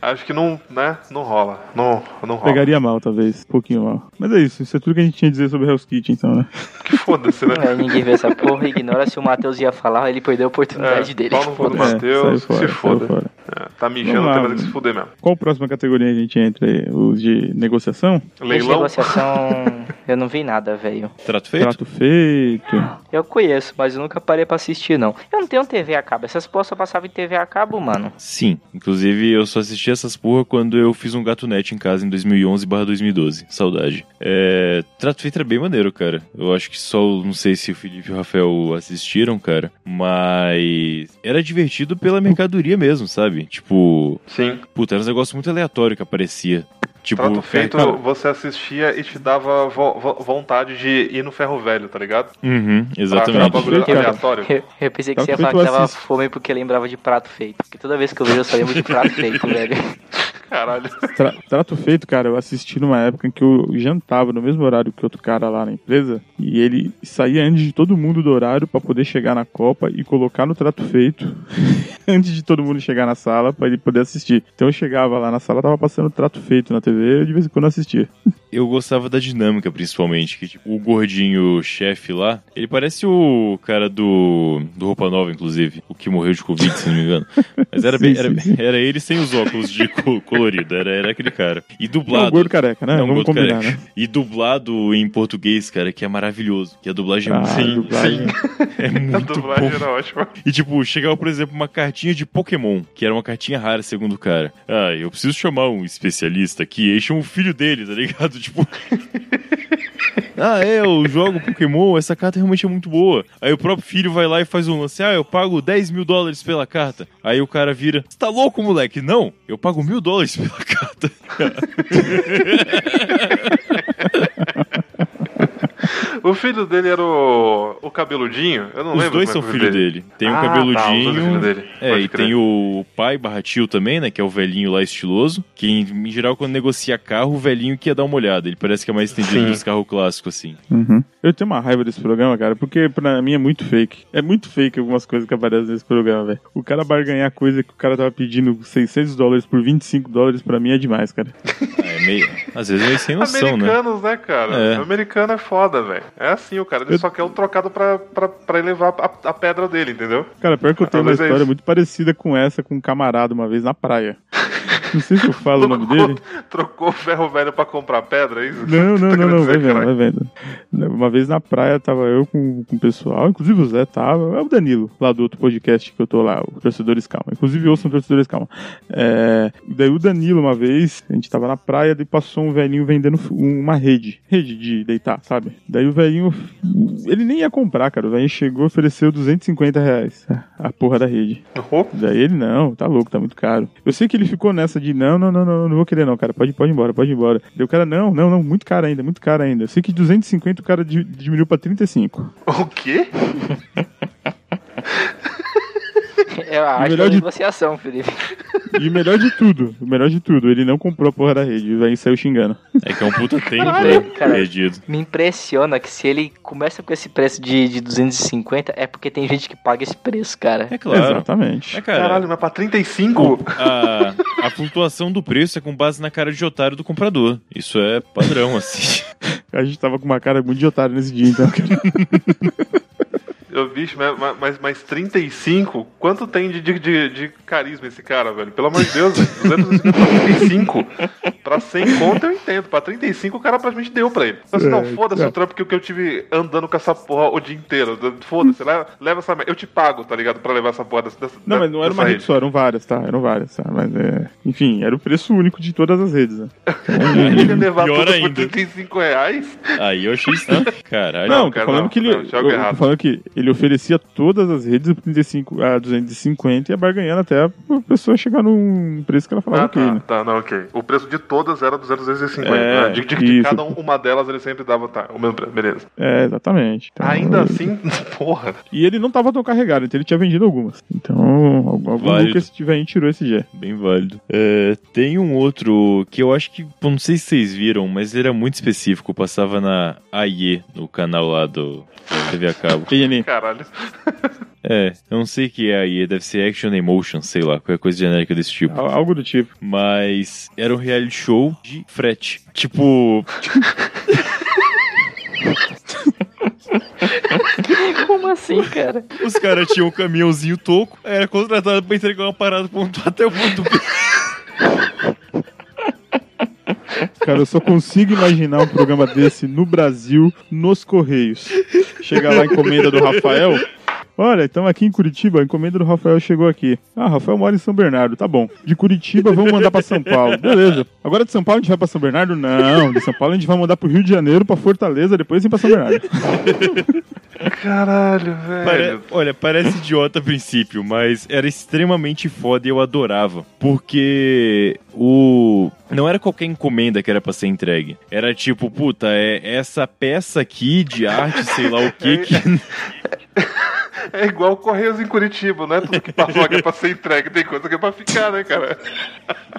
Speaker 3: Acho que não, né? Não rola. Não, não rola.
Speaker 2: Pegaria mal, talvez. Um pouquinho mal. Mas é isso. Isso é tudo que a gente tinha a dizer sobre Hell's Kitchen, então, né?
Speaker 3: Que foda-se, né?
Speaker 4: É, ninguém vê essa porra, ignora se o Matheus ia falar, ele perdeu a oportunidade
Speaker 3: É,
Speaker 4: dele.
Speaker 3: pau no cu do
Speaker 4: Foda-se.
Speaker 2: saiu
Speaker 3: Matheus, se
Speaker 2: saiu
Speaker 3: foda.
Speaker 2: fora.
Speaker 3: É, tá mijando,
Speaker 2: Vamos lá,
Speaker 3: tem mais que
Speaker 2: mano.
Speaker 5: né?
Speaker 3: se fuder mesmo.
Speaker 2: Qual próxima categoria a gente entra aí? Os de negociação?
Speaker 4: Esse
Speaker 3: Leilão?
Speaker 4: negociação, eu não vi nada, velho.
Speaker 5: Trato feito?
Speaker 2: Trato feito.
Speaker 4: Eu conheço, mas eu nunca parei pra assistir, não. Eu não tenho TV a cabo. Essas porra só passavam em TV a cabo, mano.
Speaker 5: Sim. Inclusive, eu só assisti essas porra quando eu fiz um gato net em casa em 2011 barra 2012. Saudade. É... Trato feito era bem maneiro, cara. Eu acho que só, o- não sei se o Felipe e o Rafael assistiram, cara. Mas era divertido pela mercadoria mesmo, sabe? Tipo,
Speaker 3: Sim.
Speaker 5: puta, era um negócio muito aleatório que aparecia. Tipo,
Speaker 3: Trato feito,
Speaker 5: cara,
Speaker 3: você assistia e te dava vo- vo- vontade de ir no ferro velho, tá ligado?
Speaker 5: Uhum,
Speaker 3: Pra achar um
Speaker 5: exatamente.
Speaker 3: bagulho
Speaker 2: Cara,
Speaker 3: aleatório.
Speaker 4: Eu, eu pensei que
Speaker 2: Tá
Speaker 4: você ia
Speaker 2: feito
Speaker 4: falar que
Speaker 2: eu
Speaker 4: tava
Speaker 2: assisto.
Speaker 4: fome porque lembrava de prato feito. Porque toda vez que eu vejo, eu só lembro de prato feito, velho.
Speaker 3: Caralho.
Speaker 2: Tra- trato feito, cara, eu assisti numa época em que eu jantava no mesmo horário que outro cara lá na empresa e ele saía antes de todo mundo do horário pra poder chegar na Copa e colocar no trato feito antes de todo mundo chegar na sala pra ele poder assistir. Então eu chegava lá na sala, tava passando trato feito na TV e de vez em quando eu assistia.
Speaker 5: Eu gostava da dinâmica, principalmente. Que, tipo, o gordinho chefe lá, ele parece o cara do, do Roupa Nova, inclusive. O que morreu de Covid, se não me engano. Mas era,
Speaker 2: Sim,
Speaker 5: bem, era,
Speaker 2: sim, sim.
Speaker 5: era ele sem os óculos de co- colorido. Era, era aquele cara. E
Speaker 2: Não,
Speaker 5: dublado.
Speaker 2: gordo careca, né?
Speaker 5: Não,
Speaker 2: Vamos
Speaker 5: gordo
Speaker 2: combinar,
Speaker 5: careca.
Speaker 2: né?
Speaker 5: E dublado em português, cara, que é maravilhoso. Que a dublagem é
Speaker 2: Ah,
Speaker 5: muito,
Speaker 2: dublagem.
Speaker 5: é
Speaker 3: A
Speaker 5: muito
Speaker 3: dublagem
Speaker 5: boa.
Speaker 3: era ótima.
Speaker 5: E, tipo, chegava, por exemplo, uma cartinha de Pokémon, que era uma cartinha rara, segundo o cara. Ah, eu preciso chamar um especialista aqui, encham o filho dele, tá ligado? Tipo. Ah, é, eu jogo Pokémon, essa carta realmente é muito boa. Aí o próprio filho vai lá e faz um lance, ah, eu pago 10 mil dólares pela carta. Aí o cara vira, você tá louco, moleque? Não, eu pago mil dólares pela carta.
Speaker 3: O filho dele era o, o cabeludinho? Eu não
Speaker 5: Os
Speaker 3: lembro.
Speaker 5: dois
Speaker 3: como é
Speaker 5: são
Speaker 3: que é o
Speaker 5: filho dele. Tem um
Speaker 3: Ah, tá, os dois
Speaker 5: cabeludinho.
Speaker 3: são filho dele.
Speaker 5: É,
Speaker 3: Pode
Speaker 5: e
Speaker 3: crer.
Speaker 5: tem o pai barra tio também, né? Que é o velhinho lá estiloso. Que em em geral, quando negocia carro, o velhinho que ia dar uma olhada. Ele parece que é mais estendido
Speaker 3: Sim.
Speaker 5: dos carros clássicos, assim.
Speaker 2: Uhum. Eu tenho uma raiva desse programa, cara, porque pra mim é muito fake. É muito fake algumas coisas que aparecem nesse programa, velho. O cara barganhar coisa que o cara tava pedindo 600 dólares por 25 dólares, pra mim é demais, cara.
Speaker 5: Ah, É meio. Às vezes é meio sem noção, né?
Speaker 3: Americanos, né, cara?
Speaker 5: É.
Speaker 3: Americano é foda, velho. É assim, o cara ele
Speaker 2: Eu-
Speaker 3: só quer um trocado pra, pra, pra elevar a, a pedra dele, entendeu?
Speaker 2: Cara, pior que eu tenho
Speaker 3: Ah,
Speaker 2: uma
Speaker 3: mas é
Speaker 2: história
Speaker 3: isso.
Speaker 2: muito parecida com essa com um camarada uma vez na praia. Não sei se eu falo o nome dele.
Speaker 3: Trocou o ferro velho pra comprar pedra, é isso?
Speaker 2: Não, não,
Speaker 3: Tá
Speaker 2: não,
Speaker 3: querendo
Speaker 2: não,
Speaker 3: dizer,
Speaker 2: vai vendo,
Speaker 3: cara?
Speaker 2: vai vendo. Uma vez na praia tava eu com, com o pessoal, inclusive o Zé tava, é o Danilo, lá do outro podcast que eu tô lá, o Torcedores Calma. Inclusive ouçam o Torcedores Calma. É, daí o Danilo, uma vez, a gente tava na praia, daí passou um velhinho vendendo f- uma rede, rede de deitar, sabe? Daí o velhinho, ele nem ia comprar, cara, o velhinho chegou e ofereceu 250 reais a porra da rede.
Speaker 3: Oh,
Speaker 2: Daí ele, não, tá louco, tá muito caro. Eu sei que ele ficou nessa de, não, não, não, não, não vou querer não, cara, pode, pode ir embora, pode ir embora. Daí o cara, não, não, não, muito caro ainda, muito caro ainda. Eu sei que 250 o cara di- diminuiu pra 35.
Speaker 3: O quê?
Speaker 4: É a arte
Speaker 2: melhor
Speaker 4: da
Speaker 2: de-
Speaker 4: negociação, Felipe.
Speaker 2: E o melhor de tudo, o melhor de tudo, ele não comprou a porra da rede, vai saiu xingando.
Speaker 5: É que é um puta tempo,
Speaker 4: Caralho,
Speaker 5: né?
Speaker 4: cara.
Speaker 5: Perdido.
Speaker 4: Me impressiona que se ele começa com esse preço de, de 250, é porque tem gente que paga esse preço, cara.
Speaker 5: É claro.
Speaker 2: Exatamente.
Speaker 5: É, cara.
Speaker 3: Caralho, mas pra 35?
Speaker 5: A, a flutuação do preço é com base na cara de otário do comprador. Isso é padrão, assim.
Speaker 2: A gente tava com uma cara muito de otário nesse dia, então. cara.
Speaker 3: Eu, bicho, mas- mas, mas, mas 35? Quanto tem de, de, de, de carisma esse cara, velho? Pelo amor de Deus, velho. 250 pra 35. Pra 100 conto eu entendo. Pra 35 o cara praticamente deu pra ele. Falou assim, não,
Speaker 2: É,
Speaker 3: foda-se
Speaker 2: é.
Speaker 3: o trampo que, eu- que eu tive andando com essa porra o dia inteiro. Foda-se, leva, leva essa merda. Eu te pago, tá ligado? Pra levar essa porra dessa. dessa-
Speaker 2: Não, mas não era
Speaker 3: dessa
Speaker 2: uma rede
Speaker 3: rede.
Speaker 2: só, eram várias, tá? Eram várias, tá? Mas é. Enfim, era o preço único de todas as redes, né?
Speaker 3: Ele levar
Speaker 5: Pior
Speaker 3: tudo
Speaker 5: ainda.
Speaker 3: por 35 reais?
Speaker 5: Aí eu achei estranho. Caralho.
Speaker 2: Não,
Speaker 3: cara,
Speaker 2: tô falando
Speaker 3: não,
Speaker 2: que ele.
Speaker 3: não, joga
Speaker 2: eu- eu tô
Speaker 3: errado.
Speaker 2: falando que ele oferecia todas as redes a 35 a 250 e ia barganhando até a pessoa chegar num preço que ela falava
Speaker 3: Ah,
Speaker 2: ok,
Speaker 3: tá,
Speaker 2: né?
Speaker 3: tá, não, ok. O preço de todas era 250.
Speaker 2: É,
Speaker 3: né? De, de- de
Speaker 2: isso.
Speaker 3: cada uma delas ele sempre dava, tá, o mesmo preço, beleza.
Speaker 2: É, exatamente. Então,
Speaker 3: Ainda
Speaker 2: eu-
Speaker 3: assim, porra.
Speaker 2: E ele não tava tão carregado, então ele tinha vendido algumas. Então, algum, algum
Speaker 5: Válido.
Speaker 2: lucro esse tiver tirou esse dia.
Speaker 5: Bem válido. É, tem um outro que eu acho que, pô, não sei se vocês viram, mas ele era muito específico. Passava na AIE, no canal lá do da TV a cabo.
Speaker 2: E ele,
Speaker 3: Caralho.
Speaker 5: É, eu não sei o que é AIE, deve ser Action Emotion, sei lá, qualquer coisa genérica desse tipo.
Speaker 2: al- algo do tipo.
Speaker 5: Mas era um reality show de frete. Tipo,
Speaker 4: Como assim, cara?
Speaker 5: os caras tinham um caminhãozinho toco, era contratado pra entregar uma parada do ponto A até o ponto B.
Speaker 2: Cara, eu só consigo imaginar um programa desse no Brasil, nos Correios. Chegar lá a encomenda do Rafael. Olha, estamos aqui em Curitiba, a encomenda do Rafael chegou aqui. Ah, Rafael mora em São Bernardo, tá bom. De Curitiba vamos mandar pra São Paulo. Beleza. Agora de São Paulo a gente vai pra São Bernardo? Não, de São Paulo a gente vai mandar pro Rio de Janeiro, pra Fortaleza, depois sim pra São Bernardo.
Speaker 3: Caralho, velho.
Speaker 5: Pare- Olha, parece idiota a princípio, mas era extremamente foda e eu adorava. Porque o. Não era qualquer encomenda que era pra ser entregue. Era tipo, puta, é essa peça aqui de arte, sei lá o que, que
Speaker 3: É igual Correios em Curitiba, não é tudo que passou que é pra ser entregue, tem coisa que é pra ficar, né, cara?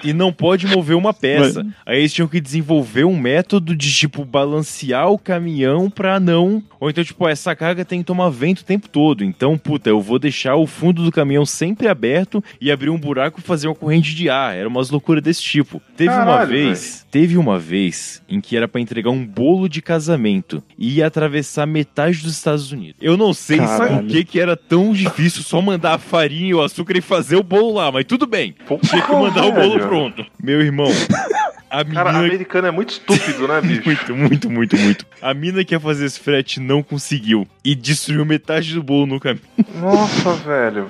Speaker 5: e não pode mover uma peça. Aí eles tinham que desenvolver um método de, tipo, balancear o caminhão pra não. Ou então, tipo, essa carga tem que tomar vento o tempo todo. Então, puta, eu vou deixar o fundo do caminhão sempre aberto e abrir um buraco e fazer uma corrente de ar. Era umas loucuras desse tipo. Teve uma
Speaker 3: Caralho,
Speaker 5: vez. Teve uma vez em que era pra entregar um bolo de casamento e ia atravessar metade dos Estados Unidos. Eu não sei
Speaker 2: Caralho.
Speaker 5: por que que era tão difícil só mandar a farinha e o açúcar e fazer o bolo lá, mas tudo bem. Tinha que mandar o bolo
Speaker 3: Velho.
Speaker 5: pronto. Meu irmão, a
Speaker 3: Cara,
Speaker 5: mina.
Speaker 3: americano é muito estúpido, né, bicho?
Speaker 5: Muito, muito, muito, muito. A mina que ia fazer esse frete não conseguiu e destruiu metade do bolo no caminho.
Speaker 3: Nossa, velho.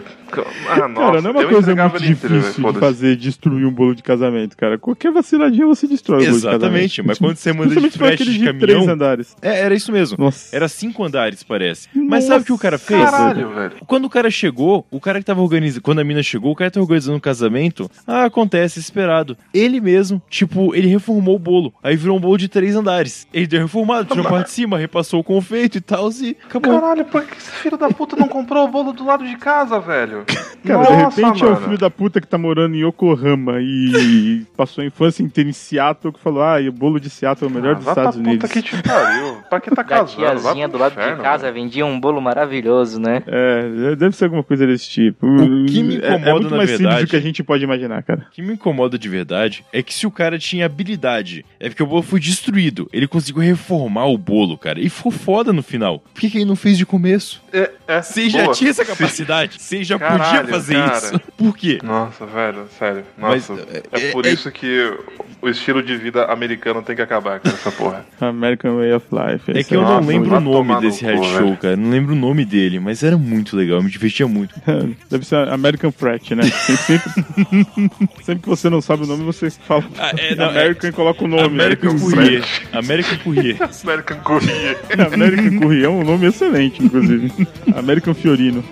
Speaker 3: Ah, nossa,
Speaker 2: cara, não é uma
Speaker 3: eu
Speaker 2: coisa
Speaker 3: entregava
Speaker 2: muito
Speaker 3: ele inteiro, velho,
Speaker 2: difícil de
Speaker 3: foda-se.
Speaker 2: fazer destruir um bolo de casamento, cara. Qualquer vaciladinha você destrói o bolo de casamento.
Speaker 5: Exatamente, mas quando você manda de
Speaker 2: Principalmente pra
Speaker 5: frete
Speaker 2: aquele
Speaker 5: de
Speaker 2: de três
Speaker 5: caminhão.
Speaker 2: andares.
Speaker 5: É, era isso mesmo.
Speaker 2: Nossa.
Speaker 5: Era cinco andares, parece. Mas sabe o que o cara fez?
Speaker 3: Caralho, velho.
Speaker 5: Quando o cara chegou, o cara que tava organizando. Quando a mina chegou, o cara tava organizando um casamento. Ah, acontece, esperado. Ele mesmo, tipo, ele reformou o bolo. Aí virou um bolo de três andares. Ele deu reformado, tirou parte de cima, repassou o confeito e tal, e acabou.
Speaker 3: Caralho, por que esse filho da puta não comprou o bolo do lado de casa, velho?
Speaker 2: Cara,
Speaker 3: Nossa,
Speaker 2: de repente é o
Speaker 3: mano.
Speaker 2: filho da puta que tá morando em Yokohama e passou a infância inteira em Seattle que falou: ah, e o bolo de Seattle é o melhor
Speaker 3: Ah,
Speaker 2: dos
Speaker 3: vá pra
Speaker 2: Estados
Speaker 3: puta
Speaker 2: Unidos.
Speaker 3: que te pariu. Pra que tá
Speaker 4: Da
Speaker 3: casando? Vá
Speaker 4: tiazinha
Speaker 3: pro
Speaker 4: do lado
Speaker 3: inferno,
Speaker 4: de casa vendia um bolo maravilhoso, né?
Speaker 2: É, deve ser alguma coisa desse tipo.
Speaker 5: O que me
Speaker 2: É-
Speaker 5: incomoda,
Speaker 2: é, muito
Speaker 5: na
Speaker 2: mais
Speaker 5: verdade-
Speaker 2: simples do que a gente pode imaginar, cara.
Speaker 5: O que me incomoda de verdade é que se o cara tinha habilidade, é porque o bolo foi destruído. Ele conseguiu reformar o bolo, cara. E ficou foda no final. Por que, que ele não fez de começo?
Speaker 3: É, é,
Speaker 5: Você já
Speaker 3: boa.
Speaker 5: tinha essa capacidade. Você já
Speaker 3: Caralho,
Speaker 5: podia fazer
Speaker 3: cara.
Speaker 5: isso. Por quê?
Speaker 3: Nossa, velho, sério.
Speaker 5: Mas,
Speaker 3: Nossa,
Speaker 5: é-
Speaker 3: é, por
Speaker 5: é-
Speaker 3: isso que o estilo de vida americano tem que acabar com essa porra.
Speaker 2: American Way of Life. um
Speaker 5: É
Speaker 2: essa
Speaker 5: que eu não
Speaker 3: Nossa,
Speaker 5: lembro
Speaker 3: vai
Speaker 5: o nome
Speaker 3: tomar no
Speaker 5: desse
Speaker 3: cu, né?
Speaker 5: reality
Speaker 3: velho.
Speaker 5: show, cara. Não lembro o nome dele, mas era muito legal. Eu me divertia muito.
Speaker 2: Deve ser American Frat, né? Tem Sempre, sempre que você não sabe o nome, você fala
Speaker 5: Ah, é, não,
Speaker 2: American e coloca o nome.
Speaker 5: American
Speaker 2: né?
Speaker 5: Courier. American Courier.
Speaker 3: American Courier.
Speaker 2: American Courier é um nome excelente, inclusive. American Fiorino.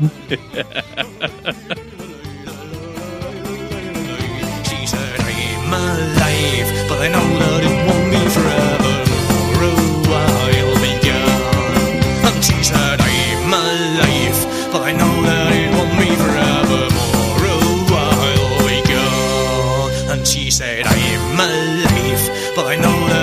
Speaker 6: She said, I'm alive, but I know that it won't be forever. For a while be gone. And she said, I'm alive, but I know that it won't be forever. ah, For a while be gone. And she said, I'm alive, but I know that.